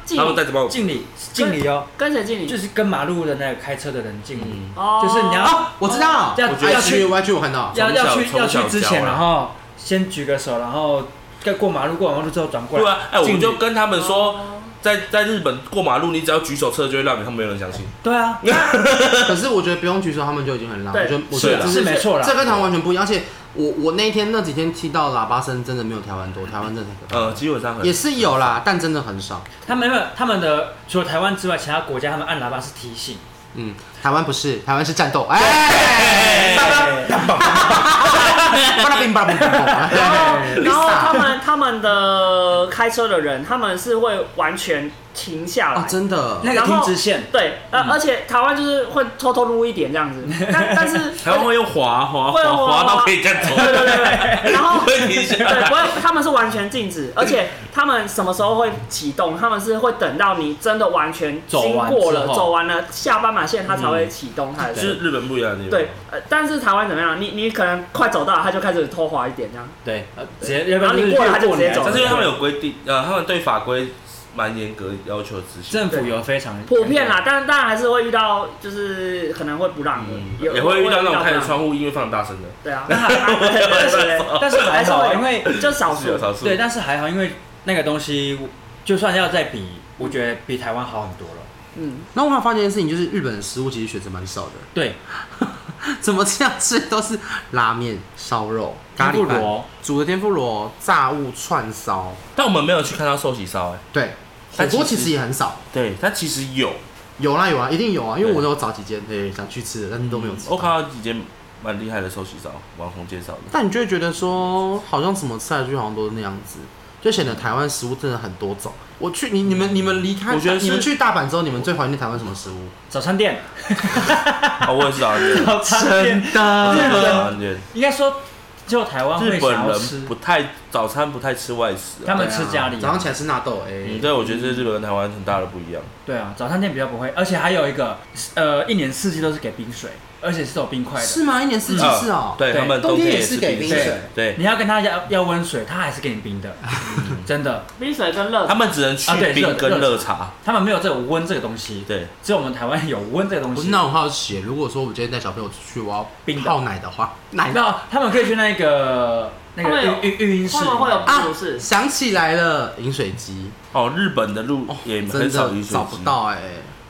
[SPEAKER 3] 敬
[SPEAKER 2] 他们
[SPEAKER 3] 礼，
[SPEAKER 2] 带着包，
[SPEAKER 4] 敬礼敬礼哦，
[SPEAKER 3] 啊跟谁敬礼？
[SPEAKER 4] 就是跟马路的那个开车的人敬礼，
[SPEAKER 2] 嗯，
[SPEAKER 3] 哦
[SPEAKER 4] 就是你要
[SPEAKER 1] 我知道，
[SPEAKER 4] 要
[SPEAKER 1] 我觉得
[SPEAKER 4] 要去
[SPEAKER 1] YG 我看到，
[SPEAKER 4] 要
[SPEAKER 2] 从小
[SPEAKER 4] 要去
[SPEAKER 2] 从
[SPEAKER 4] 要
[SPEAKER 2] 小
[SPEAKER 4] 去之前，
[SPEAKER 2] 教啊
[SPEAKER 4] 然后先举个手，然后该过马路过完马路之后转过
[SPEAKER 2] 对
[SPEAKER 4] 来，
[SPEAKER 2] 啊，哎、我
[SPEAKER 4] 敬
[SPEAKER 2] 们
[SPEAKER 4] 礼
[SPEAKER 2] 就跟他们说，
[SPEAKER 3] 哦
[SPEAKER 2] 在在日本过马路，你只要举手车就会让你，他们没有人相信。
[SPEAKER 4] 对啊，
[SPEAKER 1] 可是我觉得不用举手，他们就已经很浪。我
[SPEAKER 3] 对
[SPEAKER 1] 觉得我觉得
[SPEAKER 2] 是啊
[SPEAKER 1] 这
[SPEAKER 4] 是没错啦
[SPEAKER 1] 这。跟台湾完全不一样。而且我我那一天那几天听到喇叭声真的没有台湾多，台湾真的太可怕
[SPEAKER 2] 呃，基本上很
[SPEAKER 1] 也是有啦，但真的很少。
[SPEAKER 4] 他们没有他们的除了台湾之外，其他国家他们按喇叭是提醒，
[SPEAKER 1] 嗯，台湾不是，台湾是战斗。哎，巴拉冰巴拉冰巴拉冰。
[SPEAKER 3] 然后，然后
[SPEAKER 1] Lisa
[SPEAKER 3] 他们他们的开车的人，他们是会完全停下来，
[SPEAKER 1] 啊，真的。
[SPEAKER 4] 那个停直线，
[SPEAKER 3] 对，呃，而且台湾就是会偷偷撸一点这样子，但但是
[SPEAKER 2] 台湾会用滑滑
[SPEAKER 3] 会
[SPEAKER 2] 滑
[SPEAKER 3] 滑
[SPEAKER 2] 滑到可以这样走，
[SPEAKER 3] 对对对 对，然后
[SPEAKER 2] 不会停下
[SPEAKER 3] 对，
[SPEAKER 2] 来
[SPEAKER 3] 不。会，他们是完全禁止，而且他们什么时候会启动？他们是会等到你真的完全经过了、
[SPEAKER 4] 走完之后
[SPEAKER 3] 走完了下斑马线，他才会启动他的
[SPEAKER 2] 是
[SPEAKER 3] 车。
[SPEAKER 2] 日本不一样的地方。
[SPEAKER 3] 对，呃，但是台湾怎么样？你你可能快走到了，他就开始偷滑一点这样。
[SPEAKER 4] 对，呃直接要不
[SPEAKER 3] 然后
[SPEAKER 4] 然
[SPEAKER 3] 你
[SPEAKER 4] 就是
[SPEAKER 3] 过来他就
[SPEAKER 4] 越
[SPEAKER 3] 直接走
[SPEAKER 4] 来
[SPEAKER 2] 但
[SPEAKER 3] 了
[SPEAKER 2] 是因为他们有规定，呃，他们对法规蛮严格要求执行。
[SPEAKER 4] 政府有非常
[SPEAKER 3] 普遍啊
[SPEAKER 2] 哎
[SPEAKER 3] 啦，但当然还是会遇到，就是可能会不让的，
[SPEAKER 2] 嗯，
[SPEAKER 3] 有
[SPEAKER 2] 也会遇到那种开着
[SPEAKER 3] 不让的
[SPEAKER 2] 窗户音乐放大声的，
[SPEAKER 3] 对啊，对对 对
[SPEAKER 4] 但是还
[SPEAKER 3] 还
[SPEAKER 4] 好，
[SPEAKER 3] 是会
[SPEAKER 4] 因为
[SPEAKER 3] 对就少
[SPEAKER 2] 是啊
[SPEAKER 3] 数
[SPEAKER 2] 有。少数。
[SPEAKER 4] 对，但是还好，因为那个东西就算要再比，我觉得比台湾好很多了。
[SPEAKER 3] 嗯，
[SPEAKER 1] 那我还发现一件事情，就是日本的食物其实选择蛮少的。
[SPEAKER 4] 对，
[SPEAKER 1] 怎么这样吃都是拉面、烧肉、咖喱
[SPEAKER 4] 不
[SPEAKER 1] 饭、
[SPEAKER 4] 罗
[SPEAKER 1] 煮的天妇罗、炸物、串烧，
[SPEAKER 2] 但我们没有去看到寿喜烧，哎，
[SPEAKER 1] 对，火
[SPEAKER 2] 但
[SPEAKER 1] 锅
[SPEAKER 2] 其
[SPEAKER 1] 其
[SPEAKER 2] 实
[SPEAKER 1] 实也很少。
[SPEAKER 2] 对，它其实有，
[SPEAKER 1] 有啦有啊，一定有啊，因为
[SPEAKER 2] 对嗯
[SPEAKER 1] 我有找几间对想去吃的，但是都没有吃到。
[SPEAKER 2] 我看到几间蛮厉害的寿喜烧，网红介 绍的。
[SPEAKER 1] 但你就会觉得说，好像什么吃来去好像都是那样子，就显得台湾食物真的很多种。我去你你们你们离开，
[SPEAKER 2] 我觉得是
[SPEAKER 1] 你们去大阪之后，你们最怀念台湾什么食物？
[SPEAKER 4] 早餐店，
[SPEAKER 2] 啊，我也是啊，日
[SPEAKER 4] 早餐店
[SPEAKER 1] 的
[SPEAKER 4] 日本
[SPEAKER 2] 本
[SPEAKER 4] 应该说只有台湾
[SPEAKER 2] 日
[SPEAKER 4] 会
[SPEAKER 2] 本
[SPEAKER 4] 想要
[SPEAKER 2] 人
[SPEAKER 4] 吃
[SPEAKER 2] 不，太早餐不太吃外食
[SPEAKER 4] 他
[SPEAKER 2] 啊。
[SPEAKER 4] 们吃家里啊
[SPEAKER 1] 早上起来吃纳豆，哎、
[SPEAKER 2] 嗯，对，我觉得这是日本跟台湾很大的不一样。
[SPEAKER 4] 对啊，早餐店比较不会，而且还有一个呃，一年四季都是给冰水，而且是有冰块的。
[SPEAKER 1] 是吗？一年四季是哦、
[SPEAKER 2] 对
[SPEAKER 4] 对
[SPEAKER 2] 他们
[SPEAKER 1] 冬
[SPEAKER 2] 天
[SPEAKER 1] 天也
[SPEAKER 2] 也
[SPEAKER 1] 是
[SPEAKER 2] 吃
[SPEAKER 1] 给
[SPEAKER 2] 冰
[SPEAKER 1] 冰
[SPEAKER 4] 水
[SPEAKER 1] 水。
[SPEAKER 2] 对，
[SPEAKER 4] 你要跟他要要温水，他还是给你冰的，
[SPEAKER 1] 嗯
[SPEAKER 4] 真的。
[SPEAKER 3] 冰水跟热
[SPEAKER 2] 他们只能去
[SPEAKER 4] 啊对
[SPEAKER 2] 冰
[SPEAKER 4] 热
[SPEAKER 2] 跟
[SPEAKER 4] 热
[SPEAKER 2] 热茶。
[SPEAKER 4] 他们没有这种温这个东西，
[SPEAKER 2] 对，
[SPEAKER 4] 只有我们台湾有温这个东
[SPEAKER 1] 不
[SPEAKER 4] 西
[SPEAKER 1] 是。哦那我很好奇，如果说我今天带小朋友出去，我要
[SPEAKER 4] 冰的
[SPEAKER 1] 泡奶的话，奶
[SPEAKER 4] 那他们可以去那个那
[SPEAKER 3] 他们有
[SPEAKER 4] 个育育育婴室
[SPEAKER 3] 他
[SPEAKER 4] 里
[SPEAKER 3] 们
[SPEAKER 4] 面，
[SPEAKER 3] 会有
[SPEAKER 1] 啊
[SPEAKER 3] 不是
[SPEAKER 1] 想起来了，饮水机
[SPEAKER 2] 哦，日本的路也很
[SPEAKER 1] 真
[SPEAKER 2] 少饮
[SPEAKER 1] 的
[SPEAKER 2] 水机
[SPEAKER 1] 找不，到哎、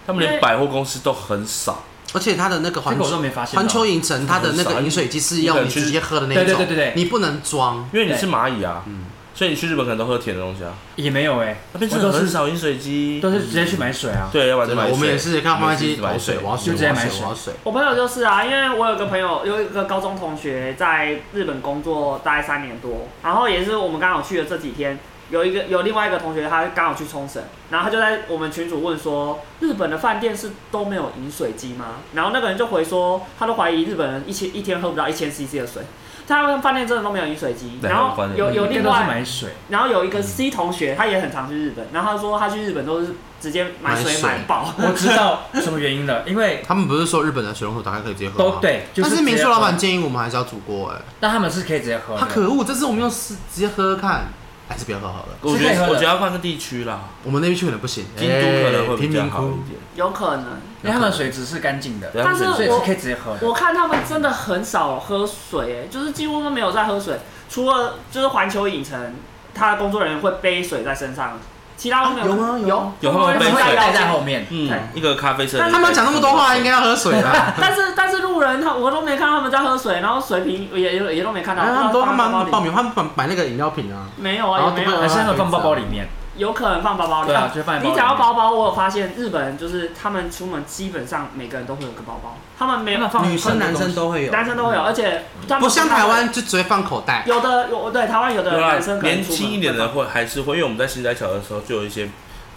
[SPEAKER 2] 他们连百货公司都很少。
[SPEAKER 1] 而且它的那个
[SPEAKER 4] 这
[SPEAKER 1] 环
[SPEAKER 4] 个我都
[SPEAKER 1] 球
[SPEAKER 4] 没发现到。
[SPEAKER 1] 环球影城，它的那个饮水机是要你直接喝的那一种，
[SPEAKER 4] 对对对对对
[SPEAKER 1] 你不能装。
[SPEAKER 2] 因为你是蚂蚁啊，
[SPEAKER 1] 嗯
[SPEAKER 2] 所以你去日本可能都喝甜的东西啊。
[SPEAKER 4] 也没有哎，
[SPEAKER 2] 那边
[SPEAKER 4] 我
[SPEAKER 2] 真的
[SPEAKER 4] 都
[SPEAKER 2] 很
[SPEAKER 4] 是
[SPEAKER 2] 少饮水机，
[SPEAKER 4] 都是直接去买水啊。
[SPEAKER 2] 对，要不然就
[SPEAKER 1] 真的，
[SPEAKER 2] 买水。
[SPEAKER 1] 我们也是看
[SPEAKER 2] 我
[SPEAKER 1] 贩卖
[SPEAKER 2] 们也
[SPEAKER 1] 机
[SPEAKER 2] 是买
[SPEAKER 1] 跑水，我要水，
[SPEAKER 4] 就
[SPEAKER 1] 我
[SPEAKER 4] 直接
[SPEAKER 1] 要
[SPEAKER 4] 买
[SPEAKER 1] 水，
[SPEAKER 4] 水
[SPEAKER 1] 我要水。
[SPEAKER 3] 我朋友就是啊，因为我有个朋友，有一个高中同学在日本工作大概三年多，然后也是我们刚好去的这几天，有一个有另外一个同学，他刚好去冲绳，然后他就在我们群主问说，日本的饭店是都没有饮水机吗？然后那个人就回说，他都怀疑日本人一千一天喝不到一千 CC 的水，他们饭店真的都没有饮水机，
[SPEAKER 2] 对
[SPEAKER 3] 然
[SPEAKER 2] 他们
[SPEAKER 3] 后
[SPEAKER 2] 饭店
[SPEAKER 3] 有有
[SPEAKER 4] 应该
[SPEAKER 3] 另
[SPEAKER 4] 都是
[SPEAKER 3] 外
[SPEAKER 4] 买水，
[SPEAKER 3] 然后有一个 C 同学，他也很常去日本，然后他说他去日本都是直接买
[SPEAKER 1] 买
[SPEAKER 3] 水
[SPEAKER 1] 水
[SPEAKER 3] 买爆，
[SPEAKER 4] 我知道什么原因了，因为
[SPEAKER 1] 他们不是说日本的水龙头打开可以直接喝吗
[SPEAKER 4] 都？。对，就
[SPEAKER 1] 但
[SPEAKER 4] 是
[SPEAKER 1] 是民
[SPEAKER 4] 直接
[SPEAKER 1] 宿
[SPEAKER 4] 喝
[SPEAKER 1] 老板，建议我们还是要煮锅哎，
[SPEAKER 4] 但他们是可以直接喝的。
[SPEAKER 1] 他可恶，这次我们用试直接喝喝看，还是不要喝好了。
[SPEAKER 2] 我
[SPEAKER 4] 是可
[SPEAKER 2] 觉
[SPEAKER 4] 以喝
[SPEAKER 2] 得
[SPEAKER 4] 的
[SPEAKER 2] 我觉得要看个地区啦，
[SPEAKER 1] 我们那边去可能不行，
[SPEAKER 2] 京都可能会
[SPEAKER 1] 哎贫
[SPEAKER 2] 比较
[SPEAKER 1] 民
[SPEAKER 2] 好一
[SPEAKER 1] 窟。
[SPEAKER 2] 点。
[SPEAKER 3] 有可能。
[SPEAKER 4] 因为他们水质是干净的，
[SPEAKER 2] 对他们
[SPEAKER 3] 但是
[SPEAKER 4] 所
[SPEAKER 2] 水
[SPEAKER 4] 以
[SPEAKER 2] 质
[SPEAKER 4] 是
[SPEAKER 3] 我
[SPEAKER 4] 可以直接喝的。
[SPEAKER 3] 我看他们真的很少喝水、欸，就是几乎都没有在喝水，除了就是环球影城，他的工作人员会背水在身上，其他都没
[SPEAKER 1] 有
[SPEAKER 3] 有。
[SPEAKER 1] 吗？
[SPEAKER 3] 有，
[SPEAKER 2] 有他们会
[SPEAKER 4] 他
[SPEAKER 2] 背
[SPEAKER 4] 们
[SPEAKER 2] 水
[SPEAKER 4] 会带
[SPEAKER 3] 带
[SPEAKER 4] 在后。面，
[SPEAKER 2] 嗯，一个咖啡色的。
[SPEAKER 1] 他们讲那么多话，应该要喝水啦。
[SPEAKER 3] 但是但是路人他我都没看到他们在喝水，然后水瓶也也也都没看到。
[SPEAKER 1] 然后他们都他
[SPEAKER 3] 包
[SPEAKER 1] 们
[SPEAKER 3] 里
[SPEAKER 1] 爆米花，他们买那个饮料瓶啊，
[SPEAKER 3] 没有
[SPEAKER 1] 然
[SPEAKER 3] 啊，
[SPEAKER 1] 后
[SPEAKER 3] 也没有
[SPEAKER 1] 都
[SPEAKER 4] 还
[SPEAKER 1] 不
[SPEAKER 4] 是
[SPEAKER 1] 能
[SPEAKER 3] 啊，
[SPEAKER 4] 他们放包包里面？
[SPEAKER 3] 有可能放包包里。
[SPEAKER 4] 对啊，就放在包包里面。
[SPEAKER 3] 你讲到包包，我有发现日本就是他们出门基本上每个人都会有个包包，他们没有
[SPEAKER 4] 他们放
[SPEAKER 1] 女生男生都会有，
[SPEAKER 3] 男生都会有，而且他们
[SPEAKER 1] 不像台
[SPEAKER 3] 大
[SPEAKER 1] 湾就直接放口袋。
[SPEAKER 3] 部分，有的有对台湾有的
[SPEAKER 2] 对啊
[SPEAKER 3] 男生，可能
[SPEAKER 2] 年
[SPEAKER 3] 出门
[SPEAKER 2] 轻一点的会还是会，因为我们在新斋桥的时候就有一些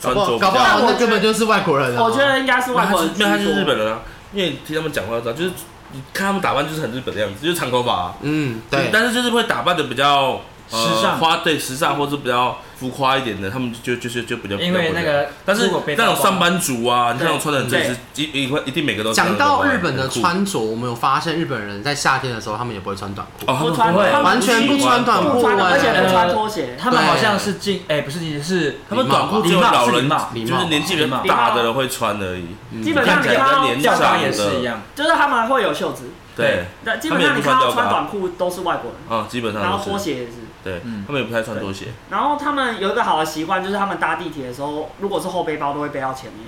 [SPEAKER 1] 搞
[SPEAKER 2] 穿
[SPEAKER 1] 不好
[SPEAKER 2] 着比
[SPEAKER 1] 搞不
[SPEAKER 2] 较，
[SPEAKER 1] 好那根本就是外国人啊。
[SPEAKER 3] 我觉得应该是
[SPEAKER 2] 那
[SPEAKER 3] 外
[SPEAKER 2] 他
[SPEAKER 3] 国
[SPEAKER 2] 是
[SPEAKER 3] 人居
[SPEAKER 2] 没
[SPEAKER 3] 多，
[SPEAKER 2] 有他就是日本人啊，因为你听他们讲话知道，就是你看他们打扮就是很日本的样子，就是长头发啊，
[SPEAKER 1] 嗯，对，
[SPEAKER 2] 但是就是会打扮的比较呃
[SPEAKER 4] 时尚
[SPEAKER 2] 花对时尚或是比较浮夸一点的，他们就就是就比较
[SPEAKER 4] 因为那，个，
[SPEAKER 2] 但是
[SPEAKER 4] 如果被
[SPEAKER 2] 那
[SPEAKER 4] 曝
[SPEAKER 2] 种
[SPEAKER 4] 光
[SPEAKER 2] 上班族啊，你看那种穿的很正式，一一一定每个都
[SPEAKER 1] 讲到日本的
[SPEAKER 2] 很酷
[SPEAKER 1] 穿着，我们有发现日本人在夏天的时候，他们也不会穿短裤。
[SPEAKER 2] 哦，他们
[SPEAKER 3] 不穿
[SPEAKER 2] 会
[SPEAKER 3] 他们
[SPEAKER 1] 完全不穿短裤
[SPEAKER 3] 不穿的，
[SPEAKER 1] 哎
[SPEAKER 3] 而且不穿拖鞋。
[SPEAKER 4] 他们
[SPEAKER 1] 对
[SPEAKER 4] 好像是进，哎、不是进，是
[SPEAKER 2] 他们短裤只有
[SPEAKER 4] 礼貌
[SPEAKER 2] 老
[SPEAKER 4] 是礼
[SPEAKER 2] 人，
[SPEAKER 4] 貌
[SPEAKER 1] 礼
[SPEAKER 2] 就
[SPEAKER 1] 貌
[SPEAKER 2] 是年纪比较大的人会穿而已。
[SPEAKER 3] 基本上你
[SPEAKER 2] 嗯
[SPEAKER 3] 看
[SPEAKER 2] 看
[SPEAKER 3] 到
[SPEAKER 2] 起来比较
[SPEAKER 4] 教官也
[SPEAKER 2] 上的
[SPEAKER 4] 是一样，
[SPEAKER 3] 就是他们会有袖子，
[SPEAKER 2] 对，
[SPEAKER 3] 但基本上你看到穿短裤都是外国人，
[SPEAKER 2] 啊，基本
[SPEAKER 3] 然
[SPEAKER 2] 上
[SPEAKER 3] 后
[SPEAKER 2] 都
[SPEAKER 3] 拖
[SPEAKER 2] 啊是。
[SPEAKER 3] 鞋也是。
[SPEAKER 2] 对
[SPEAKER 4] 嗯，
[SPEAKER 2] 他们也不太穿拖鞋。
[SPEAKER 3] 然后他们有一个好的习惯，就是他们搭地铁的时候，如果是后背包，都会背到前面。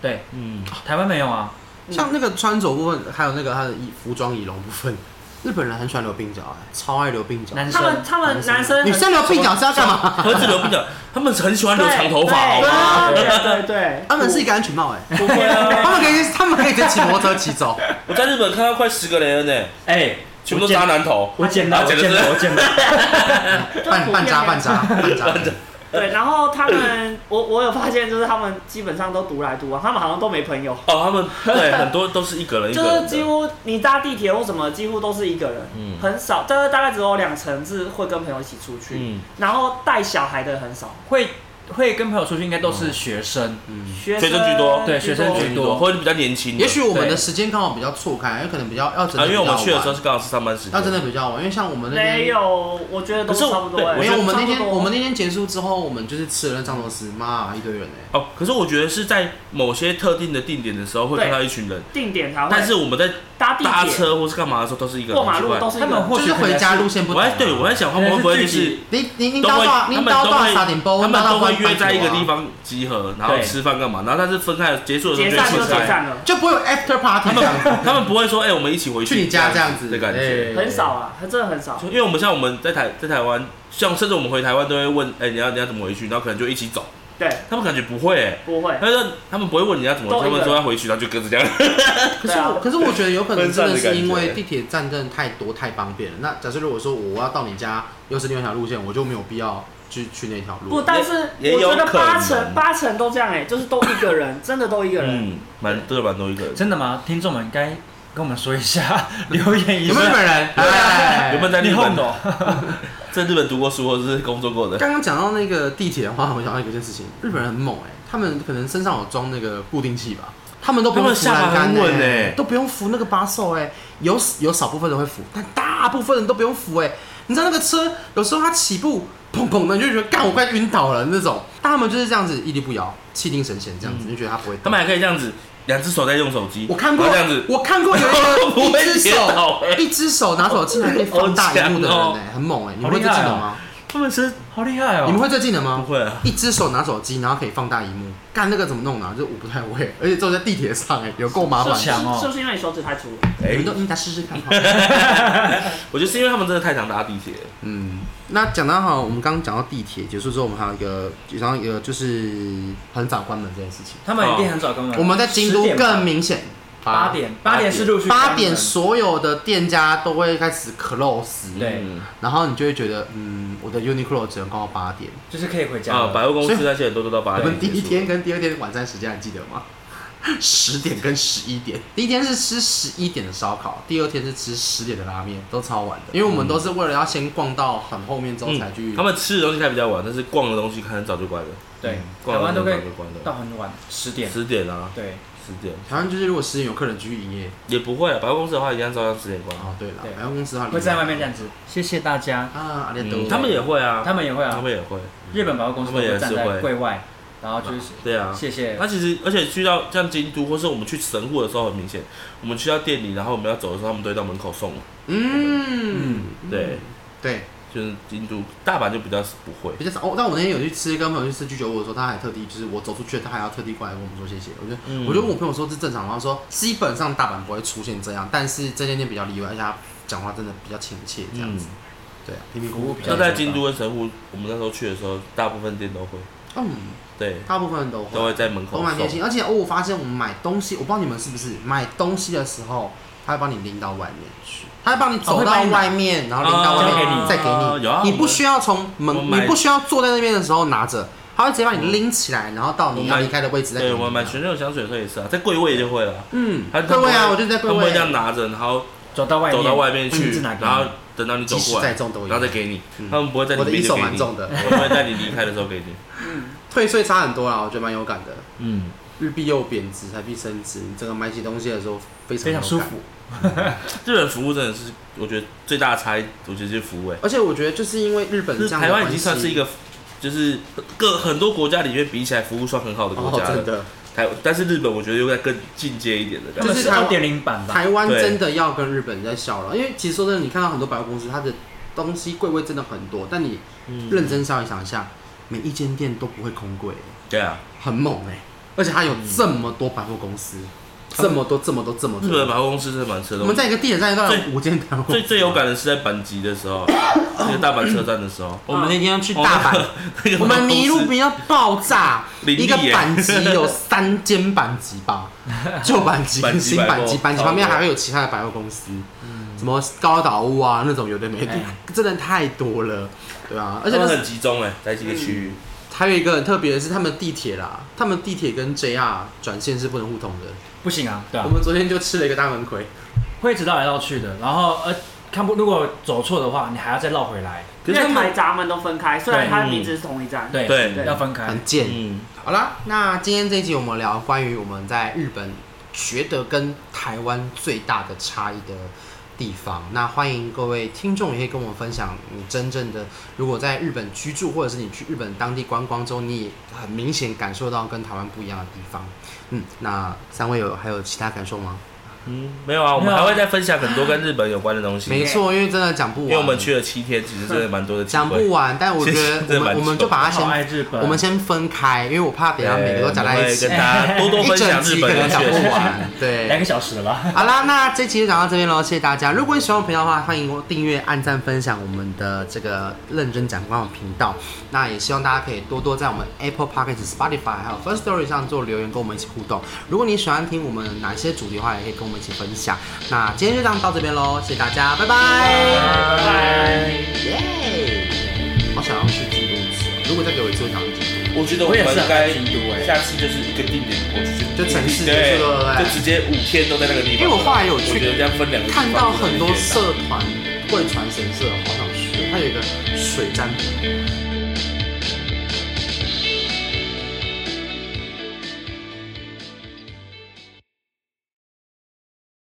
[SPEAKER 4] 对，
[SPEAKER 2] 嗯，
[SPEAKER 4] 台湾没有啊，
[SPEAKER 1] 像那个穿着部分，还有那个他的衣服装仪容部分，日本人很喜欢留鬓角，哎，超爱留鬓角。
[SPEAKER 4] 男
[SPEAKER 3] 他们
[SPEAKER 4] 生
[SPEAKER 3] 他们男生
[SPEAKER 1] 女生留鬓角是要干 嘛？
[SPEAKER 2] 何止留不 了，他们很喜欢留长头发哦。
[SPEAKER 3] 对对对对，
[SPEAKER 1] 他们是一个安全帽，哎，
[SPEAKER 2] 不会啊，
[SPEAKER 1] 他们可以，他们可以直接骑摩托车骑走。
[SPEAKER 2] 我在日本看到快十个雷恩呢，
[SPEAKER 4] 哎、
[SPEAKER 2] 全部都渣男头。
[SPEAKER 4] 我捡到，
[SPEAKER 2] 啊
[SPEAKER 4] 我捡到，我捡到，
[SPEAKER 1] 半半扎半。扎半扎，
[SPEAKER 3] 对，然后他们，我我有发现，就是他们基本上都独来独往，他们好像都没朋友，
[SPEAKER 2] 哦，他们 对很多都是一个人一个
[SPEAKER 3] 就
[SPEAKER 2] 人
[SPEAKER 3] 是
[SPEAKER 2] 的，
[SPEAKER 3] 几乎你搭地铁或什么，几乎都是一个人，
[SPEAKER 2] 嗯
[SPEAKER 3] 很少，但是大概只有两层是会跟朋友一起出去，
[SPEAKER 2] 嗯，
[SPEAKER 3] 然后带小孩的很少，
[SPEAKER 4] 会会跟朋友出去，应该都是学生，
[SPEAKER 3] 学
[SPEAKER 2] 嗯学生居多
[SPEAKER 4] 对学生居
[SPEAKER 2] 居多，或者比较年轻的。
[SPEAKER 1] 也许我们的时间刚好比较错开，有可能比较要真的
[SPEAKER 2] 啊，因
[SPEAKER 1] 比较
[SPEAKER 2] 为我
[SPEAKER 1] 晚
[SPEAKER 2] 们去的时候是刚好是上班时
[SPEAKER 1] 要真
[SPEAKER 2] 间。
[SPEAKER 1] 的比较晚，因为像我们那
[SPEAKER 3] 没
[SPEAKER 1] 天。
[SPEAKER 3] 有，我觉得都
[SPEAKER 2] 可是我
[SPEAKER 3] 差不多、
[SPEAKER 2] 对
[SPEAKER 3] 欸。
[SPEAKER 1] 没有，我们那
[SPEAKER 3] 差
[SPEAKER 1] 天
[SPEAKER 3] 不多
[SPEAKER 1] 我们那天结束之后，我们就是吃了那藏寿司，妈一堆人哎，
[SPEAKER 2] 哦，可是我觉得是在某些特定的定点的时候会看到一群人，
[SPEAKER 3] 定点才会，
[SPEAKER 2] 但是我们在
[SPEAKER 3] 搭地
[SPEAKER 2] 搭
[SPEAKER 3] 铁、
[SPEAKER 2] 车或是干嘛的时候都是一个人。
[SPEAKER 3] 过马
[SPEAKER 2] 奇
[SPEAKER 3] 路
[SPEAKER 2] 怪
[SPEAKER 3] 都是一
[SPEAKER 4] 他
[SPEAKER 3] 个
[SPEAKER 4] 们
[SPEAKER 3] 人。
[SPEAKER 4] 或
[SPEAKER 1] 就
[SPEAKER 4] 许
[SPEAKER 1] 是回家路线不
[SPEAKER 2] 我
[SPEAKER 1] 同啊。
[SPEAKER 2] 在对我在想他们会不会就是
[SPEAKER 1] 你你你
[SPEAKER 2] 都
[SPEAKER 1] 到到
[SPEAKER 2] 会
[SPEAKER 1] 啊你
[SPEAKER 2] 他们
[SPEAKER 1] 到
[SPEAKER 2] 都
[SPEAKER 1] 到
[SPEAKER 2] 会
[SPEAKER 1] 沙点包，
[SPEAKER 2] 他们
[SPEAKER 1] 到
[SPEAKER 2] 都
[SPEAKER 1] 到
[SPEAKER 2] 会
[SPEAKER 1] 半
[SPEAKER 2] 约在一个
[SPEAKER 1] 球啊
[SPEAKER 2] 地，方集合，然后
[SPEAKER 4] 对
[SPEAKER 2] 吃饭干嘛，然后但是分开结束的时
[SPEAKER 3] 结
[SPEAKER 2] 候就
[SPEAKER 3] 散就
[SPEAKER 2] 分
[SPEAKER 3] 结
[SPEAKER 2] 开。
[SPEAKER 3] 散了，
[SPEAKER 1] 就不会有 after party 这样子。
[SPEAKER 2] 他们不会说哎，我们一起回
[SPEAKER 1] 去你家这样子
[SPEAKER 2] 的感觉。
[SPEAKER 1] 哎
[SPEAKER 3] 很少啊，真的很少
[SPEAKER 2] 就。因为我们像我们在台在台湾，像甚至我们回台湾都会问，哎、你要你要怎么回去？然后可能就一起走。
[SPEAKER 3] 对，
[SPEAKER 2] 他们感觉不会、哎，
[SPEAKER 3] 不会。
[SPEAKER 2] 但是他们不会问你要怎么回去，
[SPEAKER 3] 都
[SPEAKER 2] 他
[SPEAKER 3] 一个
[SPEAKER 2] 们说要回去，然后就跟着这样。
[SPEAKER 1] 可
[SPEAKER 3] 对
[SPEAKER 1] 是
[SPEAKER 3] 啊
[SPEAKER 1] 我，可是我觉得有可能真的是因
[SPEAKER 2] 分散的
[SPEAKER 1] 为
[SPEAKER 2] 感觉
[SPEAKER 1] 地铁站真的太多太方便了。那假设如果说我要到你家，又是另外一条路线，我就没有必要去去那条
[SPEAKER 3] 不，
[SPEAKER 1] 路。
[SPEAKER 3] 但是
[SPEAKER 2] 也也
[SPEAKER 3] 我觉
[SPEAKER 2] 有
[SPEAKER 3] 得
[SPEAKER 2] 可
[SPEAKER 3] 八
[SPEAKER 2] 能
[SPEAKER 3] 成八成都这样哎、就是都一个人，真的都一个人。
[SPEAKER 2] 嗯，蛮对，蛮多一个人。
[SPEAKER 4] 真的吗？听众们该跟我们说一下， 留言一
[SPEAKER 1] 有没有日
[SPEAKER 4] 下。
[SPEAKER 1] 本人？
[SPEAKER 2] 对啊
[SPEAKER 1] 哎
[SPEAKER 2] 有没有在
[SPEAKER 4] 你
[SPEAKER 2] 日
[SPEAKER 4] 后
[SPEAKER 2] 本
[SPEAKER 4] 头，
[SPEAKER 2] 在日本读过书或者是工作过的？
[SPEAKER 1] 刚刚讲到那个地铁的话，我想到一件事情，日本人很猛哎、他们可能身上有装那个固定器吧，他们都不用扶栏
[SPEAKER 2] 他
[SPEAKER 1] 杆
[SPEAKER 2] 们下巴很稳
[SPEAKER 1] 哎、
[SPEAKER 2] 欸
[SPEAKER 1] 都不用扶那个把手哎、有有少部分人会扶，但大部分人都不用扶哎、你知道那个车有时候它起步砰砰的，你就觉得干我快晕倒了那种，但他们就是这样子屹立不摇，气定神闲这样子，你就觉得他不会倒
[SPEAKER 2] 嗯他。们还可以这样子，两只手在用手机。
[SPEAKER 1] 我看过
[SPEAKER 2] 然后这样子，，
[SPEAKER 1] 我看过有一 个
[SPEAKER 2] 不会
[SPEAKER 1] 一只
[SPEAKER 2] 跌倒
[SPEAKER 1] 手
[SPEAKER 2] 欸
[SPEAKER 1] 一只手拿手机还可以放大荧幕的人
[SPEAKER 2] 好强
[SPEAKER 1] 哎、很猛哎、你
[SPEAKER 4] 好
[SPEAKER 1] 们会
[SPEAKER 4] 厉
[SPEAKER 1] 这
[SPEAKER 4] 害
[SPEAKER 1] 技能
[SPEAKER 4] 哦
[SPEAKER 1] 吗？
[SPEAKER 2] 他们是
[SPEAKER 4] 好厉害哦！
[SPEAKER 1] 你们会这技能吗
[SPEAKER 2] 不？会啊。
[SPEAKER 1] 一只手拿手机，然后可以放大荧幕，干那个怎么弄呢、啊就我不太会， 而且坐在地铁上、哎，有够麻烦
[SPEAKER 4] 是。强哎
[SPEAKER 3] 是不
[SPEAKER 4] 哦，
[SPEAKER 3] 是因为你手指太粗了？
[SPEAKER 2] 哎、
[SPEAKER 1] 你们都应该试试看好了。
[SPEAKER 2] 我觉得是因为他们真的太常搭地铁了。
[SPEAKER 1] 嗯， 那讲到好，我们刚刚讲到地铁结束之后，我们还有一个，然后一个就是很早关门这件事情。
[SPEAKER 4] 他们一定很早跟我们。
[SPEAKER 1] 我们在京都
[SPEAKER 4] 10点吧
[SPEAKER 1] 更明显，
[SPEAKER 4] 八点，八点是陆续
[SPEAKER 1] 八
[SPEAKER 4] 关
[SPEAKER 1] 点
[SPEAKER 4] 门
[SPEAKER 1] 所有的店家都会开始 close，
[SPEAKER 4] 对
[SPEAKER 2] 嗯
[SPEAKER 1] 然后你就会觉得，嗯，我的 Uniqlo 只能关到八点。
[SPEAKER 4] 就是可以回家
[SPEAKER 2] 啊，
[SPEAKER 4] 了
[SPEAKER 2] 百货公司那些人都都到八
[SPEAKER 1] 我
[SPEAKER 2] 点结
[SPEAKER 1] 们
[SPEAKER 2] 束。
[SPEAKER 1] 第一天跟第二天晚餐时间还记得吗？ 十点跟十一点，第一天是吃十一点的烧烤，第二天是吃十点的拉面，都超晚的。因为我们都是为了要先逛到很后面之后
[SPEAKER 2] 嗯
[SPEAKER 1] 才去。
[SPEAKER 2] 他们吃的东西开比较晚，但是逛的东西可能早就关了，
[SPEAKER 4] 对，台
[SPEAKER 2] 逛的
[SPEAKER 4] 湾都
[SPEAKER 2] 东西
[SPEAKER 4] 可以
[SPEAKER 2] 早就关了。
[SPEAKER 4] 到很晚，十点。
[SPEAKER 2] 十点啊，
[SPEAKER 4] 对，
[SPEAKER 2] 十点
[SPEAKER 1] 台湾就是如果十点有客人继续营业，
[SPEAKER 2] 也不会啊，百货公司的话一样照样十点关。
[SPEAKER 1] 哦对了
[SPEAKER 4] 对，
[SPEAKER 1] 百货公司的话
[SPEAKER 4] 会在外面这样子。谢谢大家，
[SPEAKER 1] 啊，阿列
[SPEAKER 2] 嗯
[SPEAKER 1] 都
[SPEAKER 2] 他们也会啊，
[SPEAKER 4] 他们也会
[SPEAKER 2] 他
[SPEAKER 4] 啊，
[SPEAKER 2] 们也会，
[SPEAKER 4] 日本百货公司
[SPEAKER 2] 他们也
[SPEAKER 4] 会站
[SPEAKER 2] 是会
[SPEAKER 4] 在柜外，然后就是
[SPEAKER 2] 对啊。
[SPEAKER 4] 谢谢
[SPEAKER 2] 那其实，而且去到像京都，或是我们去神户的时候，很明显，我们去到店里，然后我们要走的时候，他们都会到门口送。
[SPEAKER 1] 嗯
[SPEAKER 2] 对，
[SPEAKER 1] 对
[SPEAKER 2] 就是京都、大阪就比较不会。
[SPEAKER 1] 比较少。哦，但我那天有去吃，跟朋友去吃居酒屋的时候，他还特地就是我走出去，他还要特地过来跟我们说谢谢。我就、
[SPEAKER 2] 嗯
[SPEAKER 1] 我就问我朋友说这正常吗？他说基本上大阪不会出现这样，但是这间店比较例外，而且他讲话真的比较亲切这样子。
[SPEAKER 2] 嗯
[SPEAKER 1] 对啊，平民
[SPEAKER 4] 服务比较
[SPEAKER 2] 那在京都跟神户，我们那时候去的时候，大部分店都会，
[SPEAKER 1] 嗯，
[SPEAKER 2] 对，
[SPEAKER 1] 大部分人都
[SPEAKER 2] 都
[SPEAKER 1] 会
[SPEAKER 2] 会在门口
[SPEAKER 1] 都蛮贴
[SPEAKER 2] 送。
[SPEAKER 1] 心，而且哦，我发现我们买东西，我不知道你们是不是买东西的时候，他会帮你拎到外面去，他会帮你
[SPEAKER 2] 哦
[SPEAKER 1] 走
[SPEAKER 4] 会
[SPEAKER 1] 到
[SPEAKER 4] 帮你
[SPEAKER 1] 外面，然后拎到外
[SPEAKER 4] 交给
[SPEAKER 1] 面
[SPEAKER 4] 你
[SPEAKER 1] 再给
[SPEAKER 2] 啊
[SPEAKER 1] 你，
[SPEAKER 2] 有啊
[SPEAKER 1] 你
[SPEAKER 2] 我
[SPEAKER 1] 不
[SPEAKER 2] 们
[SPEAKER 1] 需要从
[SPEAKER 2] 我
[SPEAKER 1] 门，
[SPEAKER 2] 买
[SPEAKER 1] 你不需要坐在那边的时候拿着，他会直接把你拎起来，然后到你
[SPEAKER 2] 我
[SPEAKER 1] 要
[SPEAKER 2] 买
[SPEAKER 1] 离开的位置再给
[SPEAKER 2] 对，
[SPEAKER 1] 你。
[SPEAKER 2] 啊我买全热香水的时候也是啊，在柜位就会了。
[SPEAKER 1] 嗯，
[SPEAKER 2] 他
[SPEAKER 1] 各位啊，我就在
[SPEAKER 2] 他
[SPEAKER 1] 各
[SPEAKER 2] 们会这样
[SPEAKER 1] 位。
[SPEAKER 2] 拿着，然后
[SPEAKER 4] 走到外面，
[SPEAKER 2] 走到外面
[SPEAKER 4] 嗯
[SPEAKER 2] 去，
[SPEAKER 4] 是哪个
[SPEAKER 2] 然后等到你走
[SPEAKER 1] 即使
[SPEAKER 2] 过来
[SPEAKER 1] 再，重都有
[SPEAKER 2] 然后。再给你
[SPEAKER 1] 嗯，
[SPEAKER 2] 他们不会在你
[SPEAKER 1] 我的一
[SPEAKER 2] 面
[SPEAKER 1] 手
[SPEAKER 2] 前给
[SPEAKER 1] 蛮
[SPEAKER 2] 你，嗯
[SPEAKER 1] 重的，
[SPEAKER 2] 我会在你离开的时候给你。
[SPEAKER 3] 嗯，
[SPEAKER 1] 退税差很多啦，啊我觉得蛮有感的。
[SPEAKER 2] 嗯，
[SPEAKER 1] 日币又贬值，台币升值，你整个买起东西的时候非常
[SPEAKER 4] 非常
[SPEAKER 1] 有
[SPEAKER 4] 舒
[SPEAKER 1] 感
[SPEAKER 4] 服。。
[SPEAKER 2] 日本服务真的是我觉得最大的差异，我觉得就是服务、欸。
[SPEAKER 1] 而且我觉得就是因为日本
[SPEAKER 2] 就
[SPEAKER 1] 这
[SPEAKER 2] 是
[SPEAKER 1] 样的
[SPEAKER 2] 台湾已
[SPEAKER 1] 关
[SPEAKER 2] 经
[SPEAKER 1] 系
[SPEAKER 2] 算是一个，就是各很多国家里面比起来，服务算很好的国
[SPEAKER 1] 哦，
[SPEAKER 2] 家
[SPEAKER 1] 真
[SPEAKER 2] 了。
[SPEAKER 1] 的，
[SPEAKER 2] 台、但是日本我觉得又在更进阶一点的感觉。
[SPEAKER 4] 他们
[SPEAKER 1] 就是
[SPEAKER 4] 是
[SPEAKER 1] 台
[SPEAKER 4] 二
[SPEAKER 1] 湾
[SPEAKER 4] 点零版吧？
[SPEAKER 1] 台湾
[SPEAKER 2] 对
[SPEAKER 1] 真的要跟日本在笑了，因为其实说真的，你看到很多百货公司，它的东西柜位真的很多，但你认真稍微想一下，每一间店都不会空柜，
[SPEAKER 2] 对啊，
[SPEAKER 1] 很猛哎、而且它有这么多百货公司，这么多这么多这么
[SPEAKER 2] 日本的
[SPEAKER 1] 多。
[SPEAKER 2] 百货公司真的蛮吃
[SPEAKER 1] 嗯我
[SPEAKER 2] 的。
[SPEAKER 1] 们在一个地铁站上
[SPEAKER 2] 最
[SPEAKER 1] 有五间百货公司
[SPEAKER 2] 最最有感的是在阪急的 时候，那个大阪车站的时候，
[SPEAKER 7] 我
[SPEAKER 3] 嗯
[SPEAKER 7] 们那天去大 阪，
[SPEAKER 2] 那个
[SPEAKER 1] 哦我们迷路迷到爆炸，
[SPEAKER 2] 林立
[SPEAKER 1] 一个
[SPEAKER 2] 耶
[SPEAKER 1] 板级 有三间板级吧，旧板级跟新板级，
[SPEAKER 2] 板
[SPEAKER 1] 板
[SPEAKER 2] 级百货哦
[SPEAKER 1] 级旁边还会有其他的百货公司，什么高岛屋啊那种有的没的
[SPEAKER 2] 嗯
[SPEAKER 4] 哎，
[SPEAKER 1] 真的太多了，对啊，而
[SPEAKER 2] 而
[SPEAKER 1] 且
[SPEAKER 2] 且
[SPEAKER 1] 那是
[SPEAKER 2] 很集中哎，在这个区域。
[SPEAKER 1] 还有一个很特别的是他们地铁啦，他们地铁跟 JR 转线是不能互通的，
[SPEAKER 4] 不行啊，对啊
[SPEAKER 1] 我，们昨天就吃了一个大门亏，
[SPEAKER 4] 会一直绕来绕去的。然后呃，看不如果走错的话，你还要再绕回来。
[SPEAKER 2] 可
[SPEAKER 3] 因
[SPEAKER 2] 是他
[SPEAKER 3] 为
[SPEAKER 2] 们
[SPEAKER 3] 台闸门都分开，虽然
[SPEAKER 4] 对
[SPEAKER 3] 它名字是同一站，
[SPEAKER 4] 对
[SPEAKER 2] 对
[SPEAKER 4] 要分开。
[SPEAKER 1] 很贱。
[SPEAKER 2] 嗯，
[SPEAKER 1] 好啦，那今天这一集我们聊关于我们在日本觉得跟台湾最大的差异的地方。那欢迎各位听众也可以跟我们分享你真正的，如果在日本居住，或者是你去日本当地观光之后，你也很明显感受到跟台湾不一样的地方。嗯，那三位有还有其他感受吗？
[SPEAKER 2] 嗯，没有啊，我们还会再分享很多跟日本有关的东
[SPEAKER 1] 没
[SPEAKER 2] 西，
[SPEAKER 1] 错，因为真的讲不完，
[SPEAKER 2] 因为我们去了七天，其实真的蛮多的机
[SPEAKER 1] 讲
[SPEAKER 2] 会。
[SPEAKER 1] 不完，但我觉
[SPEAKER 2] 其实真
[SPEAKER 1] 得
[SPEAKER 2] 的
[SPEAKER 1] 我
[SPEAKER 2] 蛮
[SPEAKER 1] 们我们
[SPEAKER 2] 久
[SPEAKER 1] 就把它
[SPEAKER 4] 好爱
[SPEAKER 1] 先
[SPEAKER 4] 日本，
[SPEAKER 1] 我们先分开，因为我怕等一下啊每个都讲在一起
[SPEAKER 2] 对，我们会跟大家多多
[SPEAKER 1] 一
[SPEAKER 2] 分享
[SPEAKER 1] 整
[SPEAKER 2] 日
[SPEAKER 1] 集可
[SPEAKER 2] 本
[SPEAKER 1] 能
[SPEAKER 2] 有
[SPEAKER 1] 讲
[SPEAKER 2] 趣的
[SPEAKER 1] 不
[SPEAKER 2] 事情。
[SPEAKER 1] 完。对，
[SPEAKER 4] 两个小时了吧？
[SPEAKER 1] 好啦，那这期就讲到这边喽，谢谢大家。如果你喜欢我们频道的话，欢迎订阅、按赞、分享我们的这个认真讲官网频道。那也希望大家可以多多在我们 Apple Podcast、Spotify 还有 First Story 上做留言，跟我们一起互动。如果你喜欢听我们哪些主题的话，也可以跟我们一起分享。那今天就这样到这边喽，谢谢大家，拜拜。
[SPEAKER 3] 拜拜。
[SPEAKER 1] 耶！好想要去京都一次，如果再给我一次，我想去京
[SPEAKER 2] 我觉得我
[SPEAKER 4] 我
[SPEAKER 2] 们
[SPEAKER 4] 也是
[SPEAKER 2] 应
[SPEAKER 4] 很
[SPEAKER 2] 该
[SPEAKER 4] 爱京都欸
[SPEAKER 2] 下次就是一个定点，我就
[SPEAKER 1] 就城市结
[SPEAKER 2] 对
[SPEAKER 1] 束了对不对
[SPEAKER 2] 就直接五天都在那个地
[SPEAKER 1] 都，因
[SPEAKER 2] 方。
[SPEAKER 1] 为我后来有
[SPEAKER 2] 我觉
[SPEAKER 1] 去
[SPEAKER 2] 得这样分两个地方
[SPEAKER 1] 看到很多
[SPEAKER 2] 真的有点
[SPEAKER 1] 社团
[SPEAKER 2] 大
[SPEAKER 1] 会传神社，好想去。它有一个水占卜。